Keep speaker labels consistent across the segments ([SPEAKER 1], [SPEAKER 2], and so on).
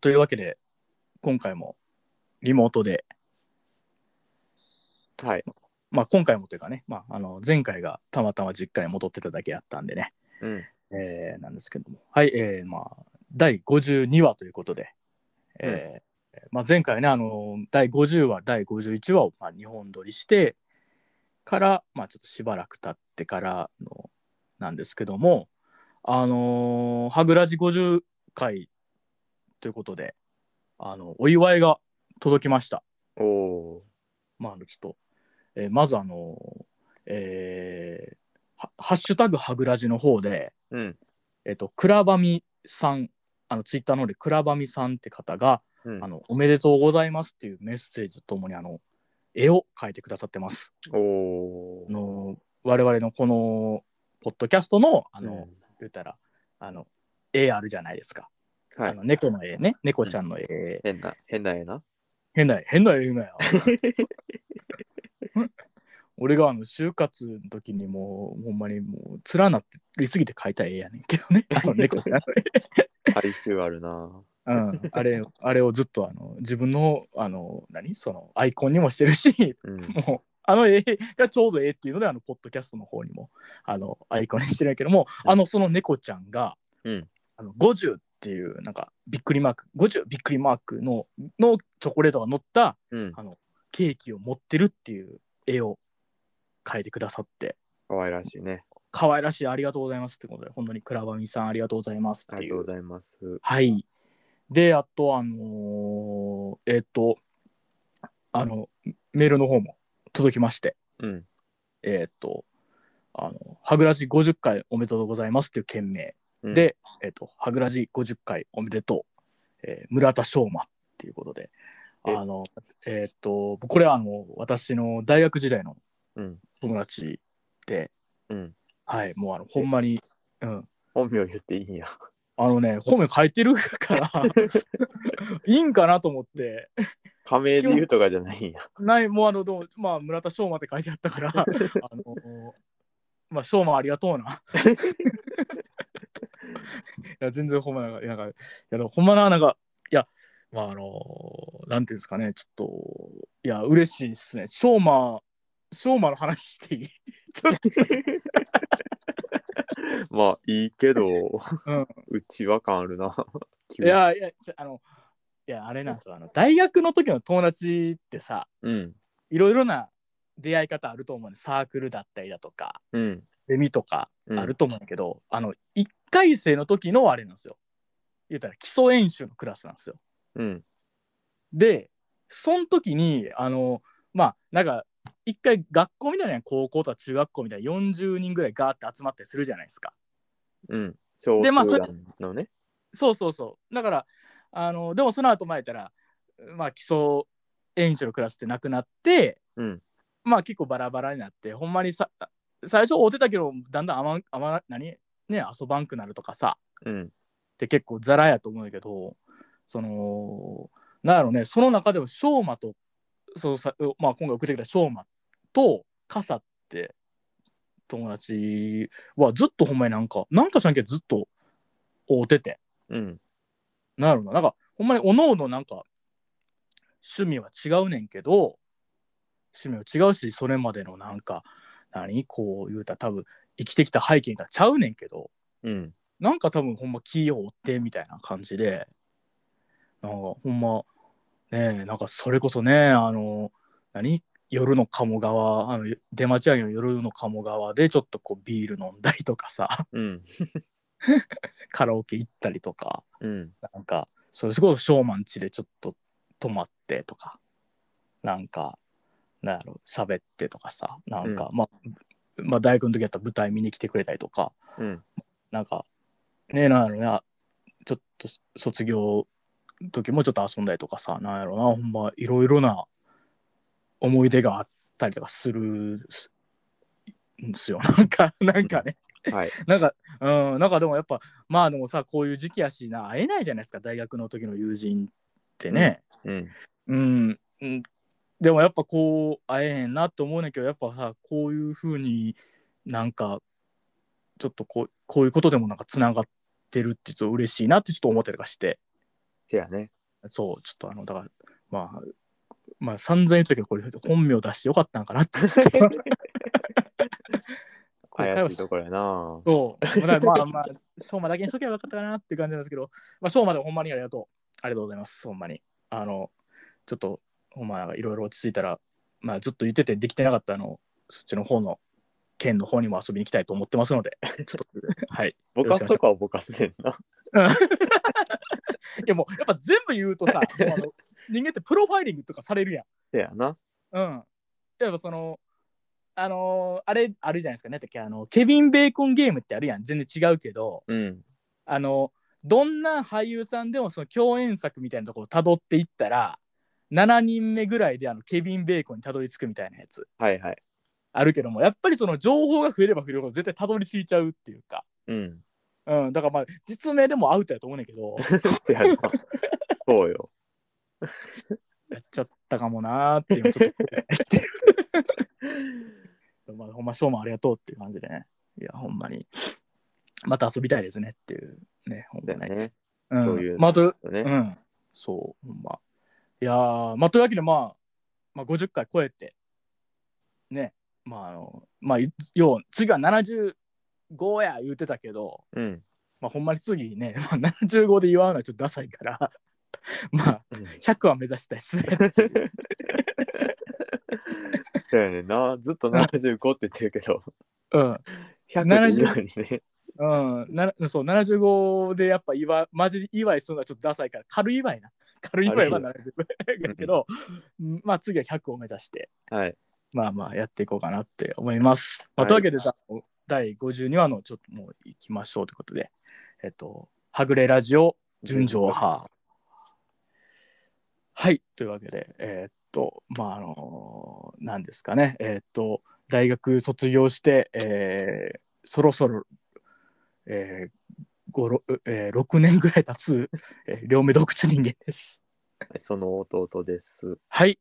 [SPEAKER 1] というわけで、今回もリモートで、
[SPEAKER 2] はい。
[SPEAKER 1] まあ今回もというかね、まああの前回がたまたま実家に戻ってただけやったんでね、
[SPEAKER 2] うん。
[SPEAKER 1] えーなんですけども、はい、えーまあ第52話ということで、えーまあ、前回ね、あの第50話、第51話をまあ2本撮りしてから、まあちょっとしばらく経ってからのなんですけども、あのー、はぐらじ50回ということで、あの、お祝いが届きました。
[SPEAKER 2] おお
[SPEAKER 1] まあ、あのちょっと、えーまずあの、えーはハッシュタグはぐらじの方で、
[SPEAKER 2] ー。うん。
[SPEAKER 1] えっ、と、くらばみさん、あの、ツイッターの方でくらばみさんって方が、
[SPEAKER 2] うん
[SPEAKER 1] あ、の、おめでとうございますっていうメッセージとともに、あの、絵を描いてくださってます。
[SPEAKER 2] おお
[SPEAKER 1] あ。の、我々のこの、ポッドキャストの、あの、言ったら、あの、絵あるじゃないですか。
[SPEAKER 2] うん、は
[SPEAKER 1] あ
[SPEAKER 2] い
[SPEAKER 1] の。猫の絵ね、猫ちゃんの絵、
[SPEAKER 2] 変な、変な絵な。
[SPEAKER 1] 変な絵、変な絵言うな よ。俺があの就活の時にもうほんまにもう連なってりすぎて描いた絵やねんけど ねあの猫ちゃんの絵
[SPEAKER 2] 哀愁あるな。
[SPEAKER 1] うん、あれあれをずっとあの自分のあの何そのアイコンにもしてるし
[SPEAKER 2] うん。
[SPEAKER 1] もうあの絵がちょうど絵っていうのであのポッドキャストの方にもあのアイコンにしてるんやけどもあのその猫ちゃんが、
[SPEAKER 2] うん
[SPEAKER 1] あの50っていうなんかびっくりマーク50びっくりマークののチョコレートが乗った
[SPEAKER 2] うん。
[SPEAKER 1] あのケーキを持ってるっていう絵を描いてくださって
[SPEAKER 2] 可愛らしいね。
[SPEAKER 1] 可愛らしいありがとうございますってことで本当に倉ばみさんありがとうございます
[SPEAKER 2] あ
[SPEAKER 1] って
[SPEAKER 2] り
[SPEAKER 1] い
[SPEAKER 2] がとう
[SPEAKER 1] う
[SPEAKER 2] ございます。
[SPEAKER 1] はい。で、あと、あのーえっ、と、あの、メールの方も届きまして、
[SPEAKER 2] うん。
[SPEAKER 1] えっ、と、あの、はぐらじ50回おめでとうございますっていう件名
[SPEAKER 2] うん、
[SPEAKER 1] で、えっ、と、はぐらじ50回おめでとう、えー村田翔馬っていうことで、あ
[SPEAKER 2] え
[SPEAKER 1] の、えっ、と、これはあの、私の大学時代の
[SPEAKER 2] うん。
[SPEAKER 1] 友達で、
[SPEAKER 2] うん。
[SPEAKER 1] はい、もうあの、ほんまに、うん、
[SPEAKER 2] 本名言っていいんや。
[SPEAKER 1] あのね、本名書いてるから、 いいんかなと思って、
[SPEAKER 2] 仮名で言うとかじゃないんや。
[SPEAKER 1] ない、もうあの、どうまあ、村田翔馬って書いてあったから、あの、まあ、翔馬ありがとうな。いや、全然ほんまなんか、いや、なんかいやでもほんまな、なんか、いや、まあ、あの、なんていうんですかね、ちょっと、いや、嬉しいっすね。翔馬、翔馬の話してい いちょっとさ
[SPEAKER 2] まあいいけど、
[SPEAKER 1] うん
[SPEAKER 2] うちは感あるな。 い
[SPEAKER 1] い、や、いや、ちょあの、いや、あれなんですよ、あの、大学の時の友達ってさ、
[SPEAKER 2] うん。
[SPEAKER 1] いろいろな出会い方あると思うねサークルだったりだとか
[SPEAKER 2] うん。
[SPEAKER 1] ゼミとか
[SPEAKER 2] うん
[SPEAKER 1] ある。と思うんだけど、あの1回生の時のあれなんですよ言うたら基礎演習のクラスなんですよ
[SPEAKER 2] うん。
[SPEAKER 1] でその時にあのまあなんか一回学校みたいな高校とか中学校みたいな40人ぐらいガーって集まったりするじゃないですか
[SPEAKER 2] うん。少
[SPEAKER 1] でまあ
[SPEAKER 2] 数
[SPEAKER 1] それ
[SPEAKER 2] 団のね。
[SPEAKER 1] そうそうそうだからあのでもその後前ったらまあ基礎演習のクラスってなくなって、
[SPEAKER 2] うん。
[SPEAKER 1] まあ結構バラバラになってほんまにさ最初会うてたけどだんだんあまあま何ね遊ばんくなるとかさ
[SPEAKER 2] うん。
[SPEAKER 1] って結構ザラやと思うんやけどそのなんやろねその中でも翔馬とそのさ、まあ、今回送ってきた翔馬と傘って友達はずっとほんまになんかなんかしなんけどずっと会うてて
[SPEAKER 2] うん。
[SPEAKER 1] なんやろななんかほんまにおのおのなんか趣味は違うねんけど趣味は違うしそれまでのなんか何こう言うたら多分生きてきた背景がちゃうねんけど
[SPEAKER 2] うん。
[SPEAKER 1] なんか多分ほんま気を追ってみたいな感じでなんかほんまねえなんかそれこそねあの何夜の鴨川あの出町上げの夜の鴨川でちょっとこうビール飲んだりとかさ
[SPEAKER 2] うん。
[SPEAKER 1] カラオケ行ったりとか
[SPEAKER 2] うん。
[SPEAKER 1] なんか、それこそショーマン家でちょっと泊まってとか、なんか、なんやろ、喋ってとかさ、なんか、まあ、まあ、大学の時やったら舞台見に来てくれたりとか、
[SPEAKER 2] うん。
[SPEAKER 1] なんか、ねなんやろな、ちょっと卒業の時もちょっと遊んだりとかさ、なんやろな、ほんま、いろいろな思い出があったりとかするんですよ。 なんか、なんかね。
[SPEAKER 2] はい。
[SPEAKER 1] なんか、うん、なんかでもやっぱ、まあでもさ、こういう時期やしな、会えないじゃないですか、大学の時の友人ってね。
[SPEAKER 2] うん。
[SPEAKER 1] うん、うん、でもやっぱこう、会えへんなと思うねんけど、やっぱさ、こういうふうになんか、ちょっとこう、こういうことでもなんかつながってるってちょっと嬉しいなってちょっと思ったりとかして。
[SPEAKER 2] せ やね。
[SPEAKER 1] そう、ちょっとあの、だから、まあ、まあ、散々言ったけど、これ本名出してよかったんかなって。これ
[SPEAKER 2] 怪しいところやな。
[SPEAKER 1] そう。まあ、ま あ、まあ、そうまだけにしとけばよかったかなっていう感じなんですけど、まあ、そうまでもほんまにありがとう。ありがとうございます。ほんまに。あの、ちょっと、ほんま、いろいろ落ち着いたら、まあ、ずっと言っててできてなかったあの、そっちの方の、県の方にも遊びに行きたいと思ってますので、 ちょっと、はい。
[SPEAKER 2] ぼかすとかはぼかすねんな。
[SPEAKER 1] いや、もう、やっぱ全部言うと さ、もうあの人間ってプロファイリングとかされるやん。
[SPEAKER 2] せやな。
[SPEAKER 1] うん。やっぱその、あのーあれ、あるじゃないですかね。だっけあの、ケビン・ベーコンゲームってあるやん。全然違うけど、
[SPEAKER 2] うん。
[SPEAKER 1] あの、どんな俳優さんでもその共演作みたいなところをたどっていったら、7人目ぐらいであのケビン・ベーコンにたどり着くみたいなやつ
[SPEAKER 2] はいはい。
[SPEAKER 1] あるけども、やっぱりその情報が増えれば増えるほど絶対たどり着いちゃうっていうか、
[SPEAKER 2] うん。
[SPEAKER 1] うん、だからまあ、実名でもアウトやと思うねんけど、
[SPEAKER 2] せやな。そうよ。
[SPEAKER 1] やっちゃったかもなーって 今ちょっとまあほんましょうもありがとうっていう感じでねいやほんまにまた遊びたいですねっていうねほん
[SPEAKER 2] だ
[SPEAKER 1] ま
[SPEAKER 2] よ
[SPEAKER 1] に、
[SPEAKER 2] ね。
[SPEAKER 1] うん
[SPEAKER 2] そういう
[SPEAKER 1] まあという
[SPEAKER 2] ね
[SPEAKER 1] うんそうほんまいやーまあというわけでまあ、まあ、50回超えてねまああのまあい要は次は75や言うてたけど
[SPEAKER 2] うん。
[SPEAKER 1] まあほんまに次ね、 まあ、75で言わんのはちょっとダサいから まあ
[SPEAKER 2] うん
[SPEAKER 1] 100は目指したいですね
[SPEAKER 2] だよねんな。ずっと75って言ってるけど、
[SPEAKER 1] うん
[SPEAKER 2] 100って言うのにね。
[SPEAKER 1] うん、なそう75でやっぱ祝いマジで祝いするのはちょっとダサいから軽い祝いな 軽い祝いは70だけど、うんまあ次は100を目指して
[SPEAKER 2] はい。
[SPEAKER 1] まあまあやっていこうかなって思います、まあ
[SPEAKER 2] はい
[SPEAKER 1] というわけでじゃあ第52話のちょっともう行きましょうということでえっと「はぐれラジオ純情派」はいというわけでえーっとまああの何ですかねえーっと大学卒業して、えーそろそろえーごろえー、6年ぐらい経つ、えー両目洞窟人間です。
[SPEAKER 2] その弟です。
[SPEAKER 1] はい。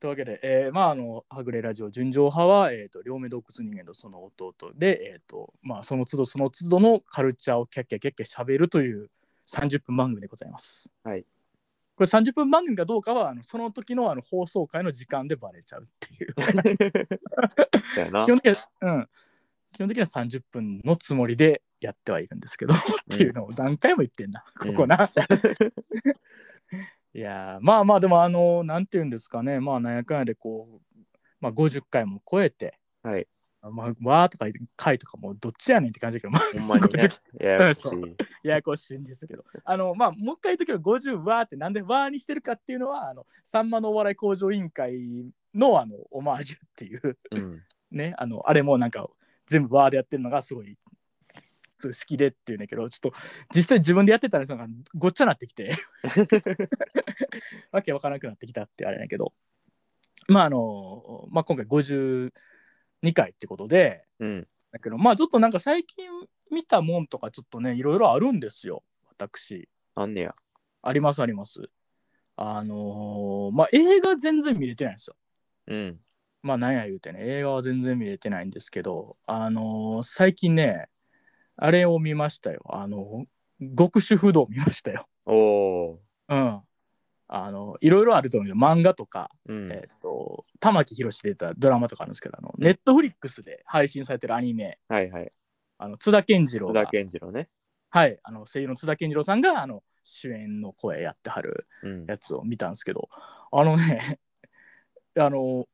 [SPEAKER 1] というわけで、えーまあ、あの、はぐれラジオ純情派は、えー、と両目洞窟人間とその弟で、えーとまあ、その都度その都度のカルチャーをキャッキャキャッキャしゃべるという30分番組でございます。
[SPEAKER 2] はい。
[SPEAKER 1] これ30分番組かどうかは、あのその時のあの放送回の時間でバレちゃうっていう。
[SPEAKER 2] だよな
[SPEAKER 1] 基。本的には、うん、基本的には30分のつもりでやってはいるんです けどっていうのを何回も言ってんな、
[SPEAKER 2] うん
[SPEAKER 1] ここ な。いやーまあまあでもあのなんていうんですかねまあなんやかんやでこう、まあ、50回も超えて、
[SPEAKER 2] はい
[SPEAKER 1] まあ、わーとか回とかもうどっちやねんって感じだけど、まあ、
[SPEAKER 2] ほんまにね。ややこしい。
[SPEAKER 1] ややこしいんですけどあのまあもう一回言うときは50わーってなんでわーにしてるかっていうのはあのさんまのお笑い向上委員会のあのオマージュっていう
[SPEAKER 2] うん。
[SPEAKER 1] ね、あの、あれもなんか全部ワーでやってるのがすごい、すごい好きでっていうんだけど、ちょっと実際自分でやってたらなんかごっちゃなってきて、わけわからなくなってきたってあれだけど、まああの、まあ今回52回ってことで、
[SPEAKER 2] うん。
[SPEAKER 1] だけど、まあちょっとなんか最近見たもんとかちょっとね、いろいろあるんですよ、私。
[SPEAKER 2] あんねや。
[SPEAKER 1] ありますあります。あのまあ映画全然見れてないんですよ
[SPEAKER 2] うん。
[SPEAKER 1] まあなんや言うてね映画は全然見れてないんですけどあのー最近ねあれを見ましたよあの極主不動見ましたよ
[SPEAKER 2] おお
[SPEAKER 1] うんあのいろいろあると思うけど漫画とか、
[SPEAKER 2] ー。うん。
[SPEAKER 1] えっ、と玉木宏出たドラマとかあるんですけどあのネットフリックスで配信されてるアニメ
[SPEAKER 2] はいはい。
[SPEAKER 1] あの津田健次郎
[SPEAKER 2] 津
[SPEAKER 1] が
[SPEAKER 2] 田健次郎ね。
[SPEAKER 1] はいあの声優の津田健次郎さんがあの主演の声やってはる
[SPEAKER 2] うん。
[SPEAKER 1] やつを見たんですけどあのね あの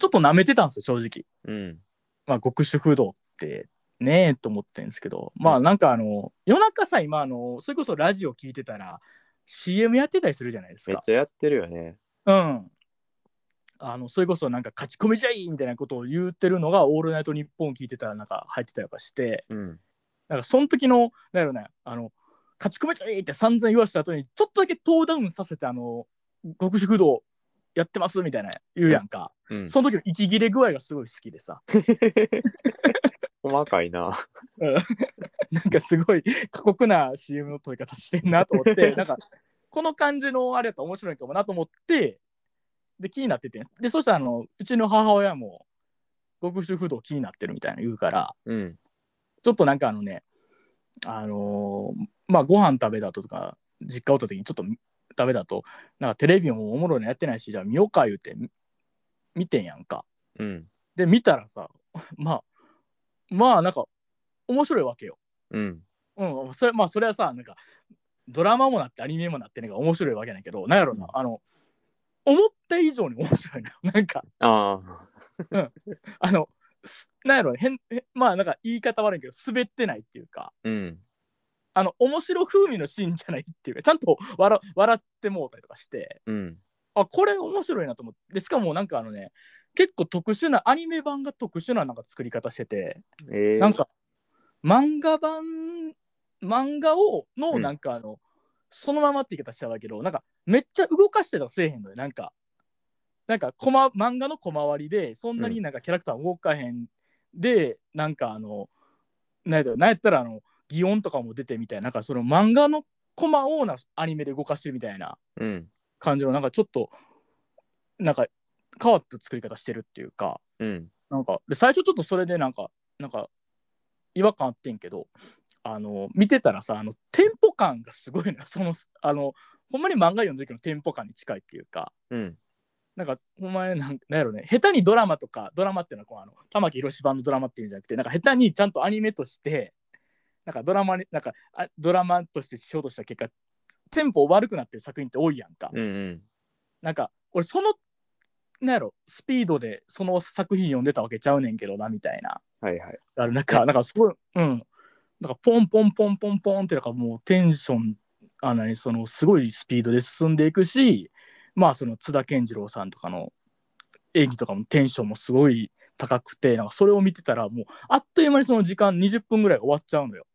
[SPEAKER 1] ちょっと舐めてたんですよ正直
[SPEAKER 2] うん。
[SPEAKER 1] まあ、極主不動ってねえと思ってるんですけど、まあなんかあの夜中さ今あのそれこそラジオ聞いてたら CM やってたりするじゃないです
[SPEAKER 2] めっ
[SPEAKER 1] か。
[SPEAKER 2] ちゃやってるよね。
[SPEAKER 1] うんあのそれこそなんか勝ち込みじゃいみたいなことを言ってるのが「オールナイトニッポン」聞いてたらなんか入ってたりとかして
[SPEAKER 2] うん。
[SPEAKER 1] なんかその時のなんやろねあの勝ち込みじゃいって散々言わした後にちょっとだけトーンダウンさせてあの極主不動やってますみたいな言うやんか、
[SPEAKER 2] うん。
[SPEAKER 1] その時の息切れ具合がすごい好きでさ
[SPEAKER 2] 細かいな。
[SPEAKER 1] なんかすごい 過酷な CM の撮り方してんなと思って、なんかこの感じのあれだと面白いかもなと思って、で、気になってて、で、そしたらあの、うちの母親も、極主不動気になってるみたいなの言うから、
[SPEAKER 2] うん。
[SPEAKER 1] ちょっとなんかあのね、あのーまあ、ご飯食べた後とか、実家おった時にちょっとダメだとなんかテレビもおもろいのやってないしじゃあ見ようか言うてみ見てんやんか
[SPEAKER 2] うん。
[SPEAKER 1] で見たらさ まあまあなんか面白いわけよ
[SPEAKER 2] うん。
[SPEAKER 1] うん、それまあそれはさなんかドラマもなってアニメもなってなんか面白いわけないけどなんやろな、
[SPEAKER 2] うん
[SPEAKER 1] あの思った以上に面白いのよ なんか
[SPEAKER 2] ああ。
[SPEAKER 1] あのすなんやろ変へまあなんか言い方悪いけど滑ってないっていうか
[SPEAKER 2] うん。
[SPEAKER 1] あの面白風味のシーンじゃないっていうかちゃんと笑笑ってもうたりとかして
[SPEAKER 2] うん。
[SPEAKER 1] あこれ面白いなと思ってでしかもなんかあのね結構特殊なアニメ版が特殊ななんか作り方してて
[SPEAKER 2] ええ。
[SPEAKER 1] なん。か漫画版漫画をの
[SPEAKER 2] うん
[SPEAKER 1] なんかあの、そのままって言い方したらだけどなんかめっちゃ動かしてたらせえへんのよなんかなんかコマ漫画の小回りでそんなになんかキャラクター動かへんで、なんかあのなんやったらなんやったらあの擬音とかも出てみたいななんかその漫画のコマをなアニメで動かしてるみたいな
[SPEAKER 2] うん。
[SPEAKER 1] 感じのなんかちょっとなんか変わった作り方してるっていうか、
[SPEAKER 2] うん。
[SPEAKER 1] なんかで最初ちょっとそれでなんかなんか違和感あってんけどあの見てたらさあのテンポ感がすごいのよ そのあのほんまに漫画読んでる時のテンポ感に近いっていうか
[SPEAKER 2] うん。
[SPEAKER 1] なんかお前なんなんやろね下手にドラマとかドラマっていうのはこうあの玉木宏版のドラマっていうんじゃなくてなんか下手にちゃんとアニメとしてなんかドラマになんかあドラマとしてしようとした結果テンポ悪くなってる作品って多いやんか。
[SPEAKER 2] うん。うん。
[SPEAKER 1] なんか俺そのなんやろスピードでその作品読んでたわけちゃうねんけどなみたいな
[SPEAKER 2] はいはい。
[SPEAKER 1] ある中、なんかすごい、うん。なんかポンポンポンポンポンって、なんかもうテンション、あの、そのすごいスピードで進んでいくし、まあその津田健次郎さんとかの演技とかもテンションもすごい高くて、なんかそれを見てたらもうあっという間にその時間20分ぐらい終わっちゃうのよ。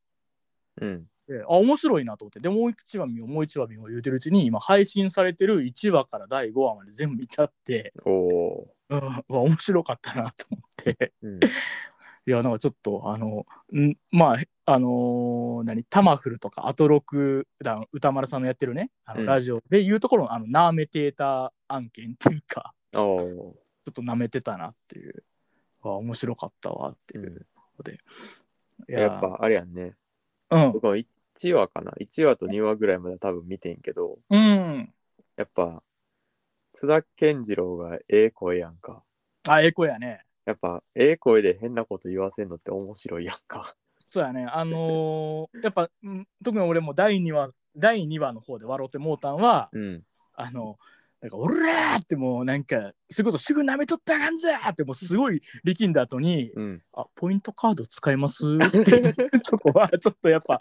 [SPEAKER 2] うん。
[SPEAKER 1] であ、面白いなと思って。で、もう一話見よう、もう一話見よう言うてるうちに、今配信されてる1話から第5話まで全部見ちゃって、
[SPEAKER 2] おお。
[SPEAKER 1] うん、うわ面白かったなと思って。
[SPEAKER 2] う
[SPEAKER 1] い
[SPEAKER 2] ん。
[SPEAKER 1] や、なんかちょっと、あの、んまあ、あのー何、タマフルとか、アトロクだ、歌丸さんのやってるね、あ
[SPEAKER 2] う
[SPEAKER 1] の
[SPEAKER 2] ん
[SPEAKER 1] ラジオでいうところの、あの、なめてた案件っていうか、
[SPEAKER 2] おお。
[SPEAKER 1] ちょっとなめてたなっていう、あ面白かったわって
[SPEAKER 2] う
[SPEAKER 1] い
[SPEAKER 2] ん
[SPEAKER 1] う。ことで。い
[SPEAKER 2] やっ、ぱあれやんね。
[SPEAKER 1] うん、
[SPEAKER 2] 僕も1話かな。1話と2話ぐらいまで多分見てんけど、
[SPEAKER 1] うん。
[SPEAKER 2] やっぱ、津田健次郎がええ声やんか。
[SPEAKER 1] あ、ええ子やね。
[SPEAKER 2] やっぱ、ええ声で変なこと言わせんのって面白いやんか。
[SPEAKER 1] そうやね。あのーや っぱ、うん特に俺も第2話、第2話の方で笑ってもうたんは、
[SPEAKER 2] うん。
[SPEAKER 1] あの、なんか、おらーってもうなんか、それこそすぐ舐めとった感じーってもうすごい力んだ後に、
[SPEAKER 2] うん。
[SPEAKER 1] あ、ポイントカード使いますっていうとこは、 ちょっとやっぱ、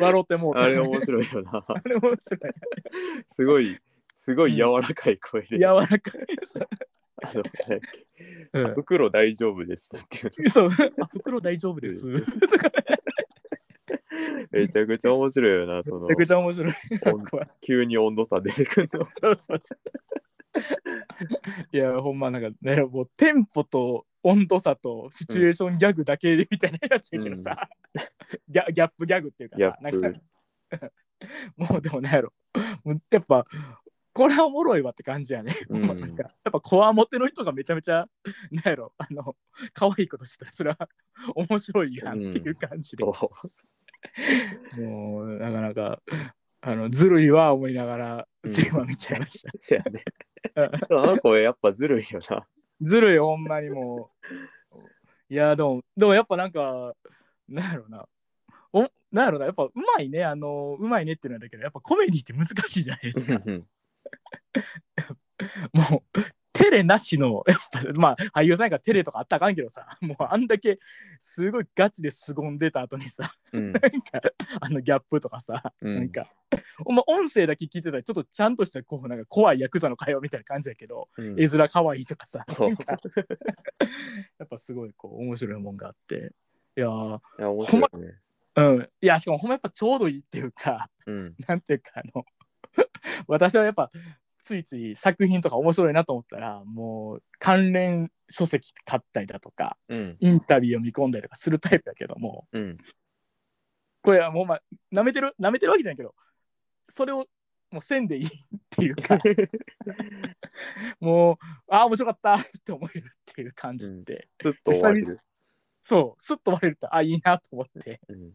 [SPEAKER 1] 笑ってもうた
[SPEAKER 2] あ
[SPEAKER 1] ね、
[SPEAKER 2] れ面白いよな。
[SPEAKER 1] あれ面白い。
[SPEAKER 2] すごい、すごい柔らかい声で。
[SPEAKER 1] 柔らかい。
[SPEAKER 2] あのね
[SPEAKER 1] うん
[SPEAKER 2] 袋大丈夫ですってい う
[SPEAKER 1] そう。あ、袋大丈夫です。め
[SPEAKER 2] のめちゃくちゃ面白いよな、その
[SPEAKER 1] ちゃくちゃ面白い。
[SPEAKER 2] ほん急に温度差出てくるの。
[SPEAKER 1] そうそうそう。いや、ほんまなんかね、もうテンポと温度差とシチュエーションギャグだけみたいなやつやけどさ、ギャギャップギャグっていうか
[SPEAKER 2] ギャ
[SPEAKER 1] さ、
[SPEAKER 2] ッ
[SPEAKER 1] なんか
[SPEAKER 2] プ。
[SPEAKER 1] もうでもなんやろ。もうやっぱ、これはおもろいわって感じやね。
[SPEAKER 2] うん
[SPEAKER 1] もうなんかやっぱコアモテの人がめちゃめちゃ、なんやろ、あの、可愛いことしてたら、それは面白いやんっていう感じで、
[SPEAKER 2] そ
[SPEAKER 1] もうなかなか、あの、ずるいわ思いながら、
[SPEAKER 2] うん
[SPEAKER 1] 全話見ちゃいました。
[SPEAKER 2] うせやね。あの声やっぱずるいよな。
[SPEAKER 1] ずるい、ほんまにもう。いや、でも、でもやっぱなんか、なんやろな。おなんやろな、やっぱうまいね、あの、うまいねっていうのはだけど、やっぱコメディって難しいじゃないですか。
[SPEAKER 2] うん
[SPEAKER 1] もうテレなしの やっぱまあ俳優さんがテレとかあったらあかんけどさもうあんだけすごいガチで凄んでた後にさ
[SPEAKER 2] うん
[SPEAKER 1] なんかあのギャップとかさ、
[SPEAKER 2] うん
[SPEAKER 1] なんかお前音声だけ聞いてたらちょっとちゃんとしたこうなんか怖いヤクザの会話みたいな感じやけど、
[SPEAKER 2] うん
[SPEAKER 1] 絵面可愛いとかさ
[SPEAKER 2] そう
[SPEAKER 1] なんかやっぱすごいこう面白いもんがあっていやー
[SPEAKER 2] いや、面白いね。
[SPEAKER 1] うんいやしかもほんまやっぱちょうどいいっていうか
[SPEAKER 2] うん。
[SPEAKER 1] なんていうかあの 私はやっぱついつい作品とか面白いなと思ったらもう関連書籍買ったりだとか
[SPEAKER 2] うん。
[SPEAKER 1] インタビューを見込んだりとかするタイプだけども
[SPEAKER 2] うん。
[SPEAKER 1] これはもうまあなめてるなめてるわけじゃないけどそれをもうせんでいいっていう かもうああ面白かったって思えるっていう感じって、
[SPEAKER 2] ずっと終われる。
[SPEAKER 1] そうすっと割れるとあいいなと思って
[SPEAKER 2] うん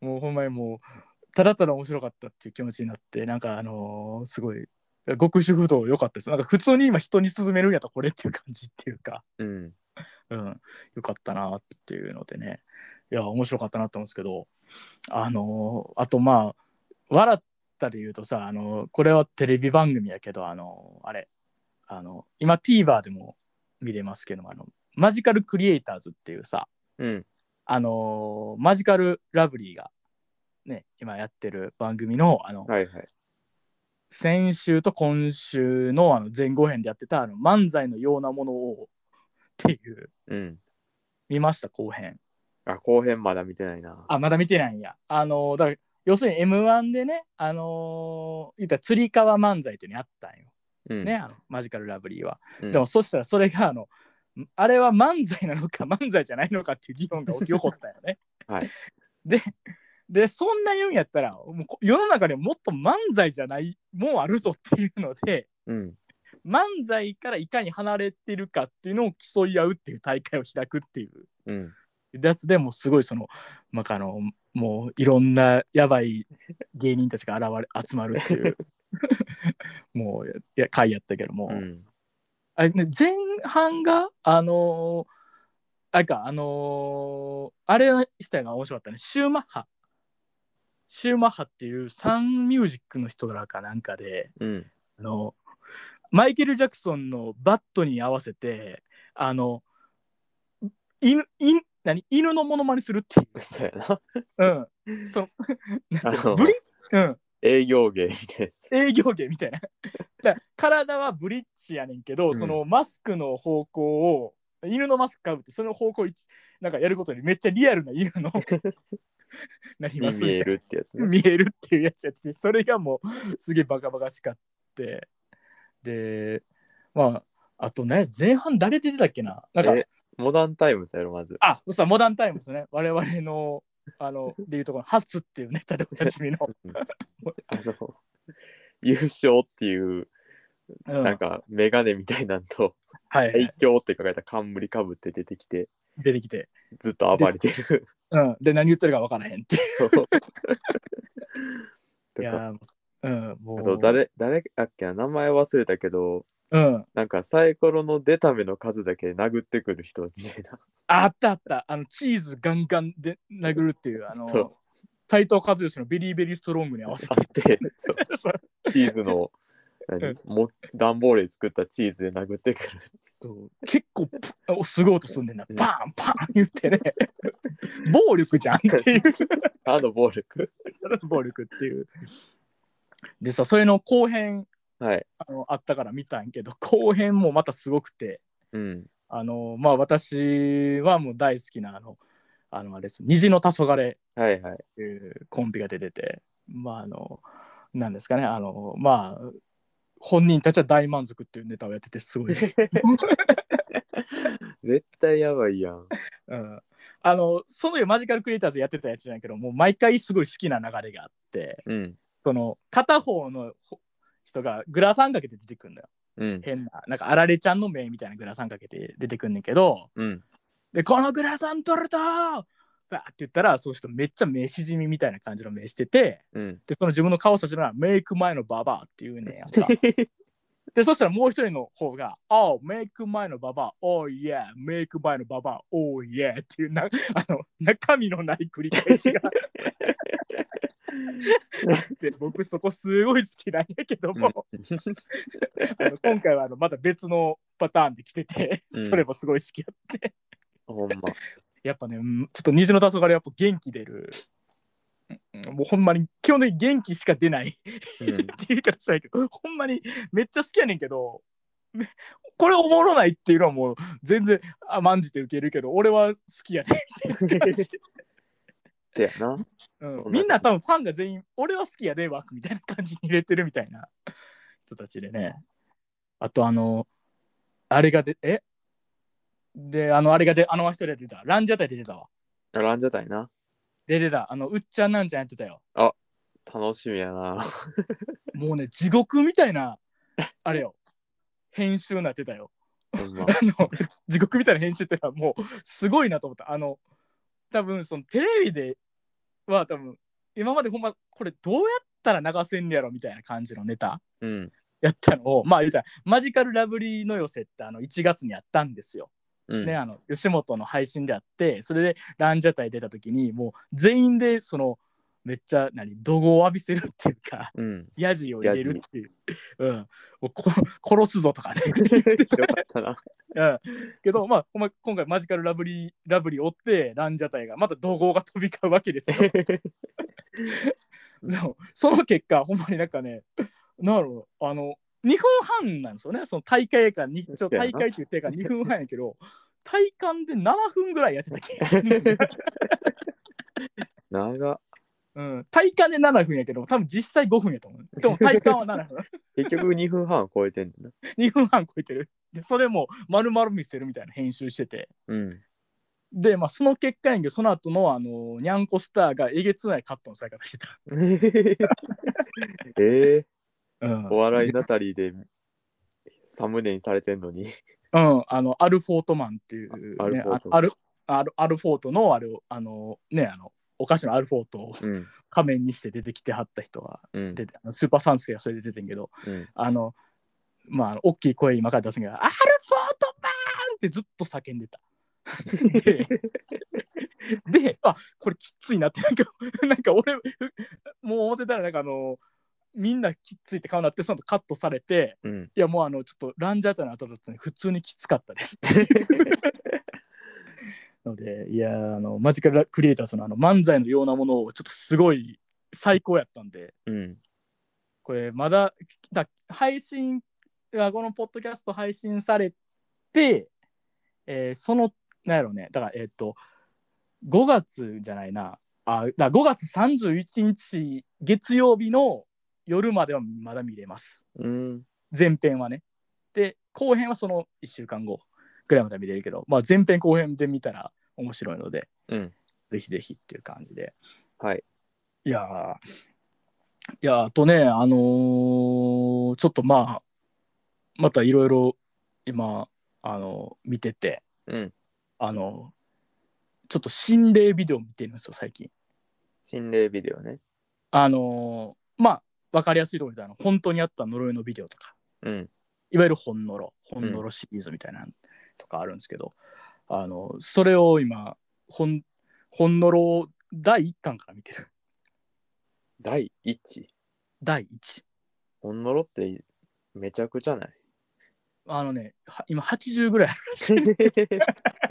[SPEAKER 1] もうほんまにもうただただ面白かったっていう気持ちになってなんかあのーすごい極主不動良かったですなんか普通に今人に勧めるんやったらこれっていう感じっていうか、
[SPEAKER 2] うん。
[SPEAKER 1] うん、よかったなっていうのでねいや面白かったなと思うんですけどあのーあとまあ笑ったで言うとさ、あのーこれはテレビ番組やけどあのーあれあの今 TVer でも見れますけどもあのマジカルクリエイターズっていうさ
[SPEAKER 2] うん。
[SPEAKER 1] あのーマジカルラブリーが、ね、今やってる番組のあの、
[SPEAKER 2] はいはい。
[SPEAKER 1] 先週と今週のあの前後編でやってたあの漫才のようなものをっていう
[SPEAKER 2] うん。
[SPEAKER 1] 見ました後編
[SPEAKER 2] あ、後編まだ見てないな。
[SPEAKER 1] あまだ見てないんやあのーだから要するに m 1でねあのー言ったら釣り革漫才っていうのやったんよ
[SPEAKER 2] うん。
[SPEAKER 1] ね、あのマジカルラブリーは、
[SPEAKER 2] うん。
[SPEAKER 1] でもそしたらそれがあのあれは漫才なのか 漫才じゃないのかっていう議論が起き起こったよね
[SPEAKER 2] はい
[SPEAKER 1] ででそんな言うんやったらもうこ世の中にもっと漫才じゃないもんあるぞっていうので
[SPEAKER 2] うん。
[SPEAKER 1] 漫才からいかに離れてるかっていうのを競い合うっていう大会を開くっていう
[SPEAKER 2] うん。
[SPEAKER 1] やつでもうすごいその,、まあ、あのもういろんなやばい芸人たちが現れ集まるっていう もうやや回やったけども。
[SPEAKER 2] うん。
[SPEAKER 1] あれね、前半が、あのーあれか、あのーあれの人が面白かったね、シューマッハ。シューマッハっていうサンミュージックの人らかなんかで、
[SPEAKER 2] うん。
[SPEAKER 1] あのマイケル・ジャクソンのバットに合わせて、あの、犬、犬、何犬のモノマネするっていう。
[SPEAKER 2] そうやな。
[SPEAKER 1] うん。その、なんていう
[SPEAKER 2] あの
[SPEAKER 1] のブリうん。
[SPEAKER 2] 営業芸みたいです。
[SPEAKER 1] 営業芸みたいな。 だから体はブリッジやねんけど、
[SPEAKER 2] うん
[SPEAKER 1] そのマスクの方向を犬のマスクかぶってその方向いつなんかやることにめっちゃリアルな犬 のなり
[SPEAKER 2] に
[SPEAKER 1] ます
[SPEAKER 2] 見
[SPEAKER 1] み
[SPEAKER 2] え
[SPEAKER 1] たい
[SPEAKER 2] るってやつ
[SPEAKER 1] な
[SPEAKER 2] ね。
[SPEAKER 1] 見えるっていうやつやっててそれがもうすげえバカバカしかってでまああとね前半誰出てたっけななんか
[SPEAKER 2] え、モダンタイムズやろ、まず。
[SPEAKER 1] あそうモダンタイムですね我々のあのでいうところの「ハツ」っていうネタでおなじみの、
[SPEAKER 2] あの、優勝っていう、
[SPEAKER 1] うん
[SPEAKER 2] なんか、メガネみたいなんと、
[SPEAKER 1] はい
[SPEAKER 2] 愛、嬌って書かれた冠かぶって出てきて、
[SPEAKER 1] 出てきて、
[SPEAKER 2] ずっと暴れてる。
[SPEAKER 1] うん、で何言ってるか分からへんって
[SPEAKER 2] と
[SPEAKER 1] いや
[SPEAKER 2] か、
[SPEAKER 1] ー、うん、もう。
[SPEAKER 2] あと誰、誰だっけな、名前忘れたけど、
[SPEAKER 1] うん。
[SPEAKER 2] なんかサイコロの出た目の数だけ殴ってくる人みたいな。
[SPEAKER 1] あったあった。あの、チーズガンガンで殴るっていう、あ
[SPEAKER 2] そう
[SPEAKER 1] の、斎藤和義のベリーベリーストロングに合わせて
[SPEAKER 2] あ。 って、そう
[SPEAKER 1] そう
[SPEAKER 2] チーズの、
[SPEAKER 1] う
[SPEAKER 2] 何
[SPEAKER 1] ん
[SPEAKER 2] も段ボールで作ったチーズで殴ってくる。
[SPEAKER 1] そう結構プおすごい音すんねんな
[SPEAKER 2] うん
[SPEAKER 1] パンパン言って ね暴力じゃんっていう
[SPEAKER 2] あの暴力。
[SPEAKER 1] 暴力っていうでさそれの後編
[SPEAKER 2] はい。
[SPEAKER 1] あのあったから見たんやけど後編もまたすごくて
[SPEAKER 2] うん。
[SPEAKER 1] あのまあ私はもう大好きなあのあのあれです虹の黄昏
[SPEAKER 2] はいはい。
[SPEAKER 1] っていうコンビが出ててまああのなんですかねあのまあ本人たちは大満足っていうネタをやっててすごい、
[SPEAKER 2] 絶対やばいやん。
[SPEAKER 1] うん、あのそのよマジカルクリエイターズやってたやつじゃないけどもう毎回すごい好きな流れがあって
[SPEAKER 2] うん。
[SPEAKER 1] その片方のほ人がグラサンかけて出てくるんだよ
[SPEAKER 2] うん。
[SPEAKER 1] 変ななんかあられちゃんの目みたいなグラサンかけて出てくんねんけど
[SPEAKER 2] うん。
[SPEAKER 1] でこのグラサン取るとバーって言ったらそういう人めっちゃ目しじみみたいな感じの目してて
[SPEAKER 2] うん。
[SPEAKER 1] で、その自分の顔させたら、メイク前のババアって言うねんやんか。で、そしたらもう一人の方が、おう、メイク前のババア、おう、いや、メイク前のババア、おう、いや、っていうな、あの、中身のない繰り返しがあって、僕そこすごい好きなんやけども、あの今回はあのまた別のパターンで来てて、
[SPEAKER 2] うん
[SPEAKER 1] それもすごい好きやって。
[SPEAKER 2] ほんま。
[SPEAKER 1] やっぱね、うんちょっと虹の黄昏はやっぱ元気出る。うんもうほんまに基本的に元気しか出ない
[SPEAKER 2] うん
[SPEAKER 1] って言い方したいけど、ほんまにめっちゃ好きやねんけど、めこれおもろないっていうのはもう全然甘んじて受けるけど、俺は好きやねんって感じ。
[SPEAKER 2] てやな。
[SPEAKER 1] うん、みんな多分ファンが全員、俺は好きやで、枠みたいな感じに入れてるみたいな人たちでね。あとあの、あれがで、えで、あの、あれがで、あの一人で出てた。ランジャタイで出てたわ。
[SPEAKER 2] ランジャタイな。
[SPEAKER 1] 出てた。あの、うっちゃんなんちゃんやってたよ。
[SPEAKER 2] 楽しみやな。
[SPEAKER 1] もうね、地獄みたいな、あれよ。編集になってたよ。
[SPEAKER 2] ほん ま。
[SPEAKER 1] あの地獄みたいな編集ってのはもうすごいなと思ったあの多分そのテレビでは多分今までほんまこれどうやったら流せんねやろみたいな感じのネタ
[SPEAKER 2] うん。
[SPEAKER 1] やったのをまあ言うたらマジカルラブリーの寄せってあの1月にやったんですよ。
[SPEAKER 2] うん。
[SPEAKER 1] ね、あの吉本の配信であってそれでランジャタイ出た時にもう全員でそのめっちゃ何怒号を浴びせるっていうか
[SPEAKER 2] うん。
[SPEAKER 1] ヤジを入れるっていう、うん、もうこ殺すぞとかね、
[SPEAKER 2] よかったな。
[SPEAKER 1] うん、けどまあほんま今回マジカルラブリーラブリー追ってランジャタイがまた怒号が飛び交うわけですよでもその結果ほんまになんかねなんだろうあの2分半なんですよねその大会やからにちょ
[SPEAKER 2] そうやな
[SPEAKER 1] 大会っていう定が2分半やけど体感で7分ぐらいやってた気がする
[SPEAKER 2] 長っ。
[SPEAKER 1] うん、体感で7分やけど、多分実際5分やと思う。でも体感は7分。
[SPEAKER 2] 結局2分半超えてんだな。
[SPEAKER 1] 2分半超えてる。で、それも丸々見せるみたいな編集してて。
[SPEAKER 2] うん。
[SPEAKER 1] で、まあ、その結果やんけど、その後の、あの、にゃんこスターがえげつないカットのされ方してた。
[SPEAKER 2] ええ
[SPEAKER 1] うん。
[SPEAKER 2] お笑いナタリーでサムネにされてんの
[SPEAKER 1] う
[SPEAKER 2] に。
[SPEAKER 1] ん、あの、アルフォートマンっていう、
[SPEAKER 2] あアルフォート
[SPEAKER 1] あアルアルアルフォートの、あれを、あの、ね、あの、お菓子のアルフォートを
[SPEAKER 2] うん。
[SPEAKER 1] 仮面にして出てきてはった人が
[SPEAKER 2] うん。
[SPEAKER 1] 出て、あのスーパーサンスケがそれで出てんけど、
[SPEAKER 2] うん、
[SPEAKER 1] あの、まああの、大きい声今から出すんやけど、アルフォートマンってずっと叫んで た。で、で、あこれきっついなって、なんか、 なんか俺、もう思ってたら、なんかあの、みんなきっついって顔になって、その後カットされて、
[SPEAKER 2] うん。
[SPEAKER 1] いやもうあの、ちょっとランジャタイの後だったのに、普通にきつかったですって。ので、いや、あの、マジカルクリエイターズのあの漫才のようなものを、ちょっとすごい最高やったんで、
[SPEAKER 2] うん。
[SPEAKER 1] これまだだ配信がこのポッドキャスト配信されて、えーそのなんやろうねだからえっ、と5月じゃないなあだ5月31日月曜日の夜まではまだ見れます
[SPEAKER 2] うん。
[SPEAKER 1] 前編はねで後編はその1週間後ぐらいまでは見れるけど、まあ、前編後編で見たら面白いので
[SPEAKER 2] うん。
[SPEAKER 1] ぜひぜひっていう感じで
[SPEAKER 2] はい。
[SPEAKER 1] いやーいやーあとねあのーちょっとまあまたいろいろ今あの見てて
[SPEAKER 2] うん。
[SPEAKER 1] あのちょっと心霊ビデオ見てるんですよ最近
[SPEAKER 2] 心霊ビデオね。
[SPEAKER 1] あのーまあ分かりやすいところであの本当にあった呪いのビデオとか
[SPEAKER 2] うん。
[SPEAKER 1] いわゆる本のろ本のろシリーズみたいなのとかあるんですけど、あのそれを今本本のろ第1巻から見てる
[SPEAKER 2] 第一。
[SPEAKER 1] 第1
[SPEAKER 2] ほんのろってめちゃくちゃない。
[SPEAKER 1] あのねは今80ぐらい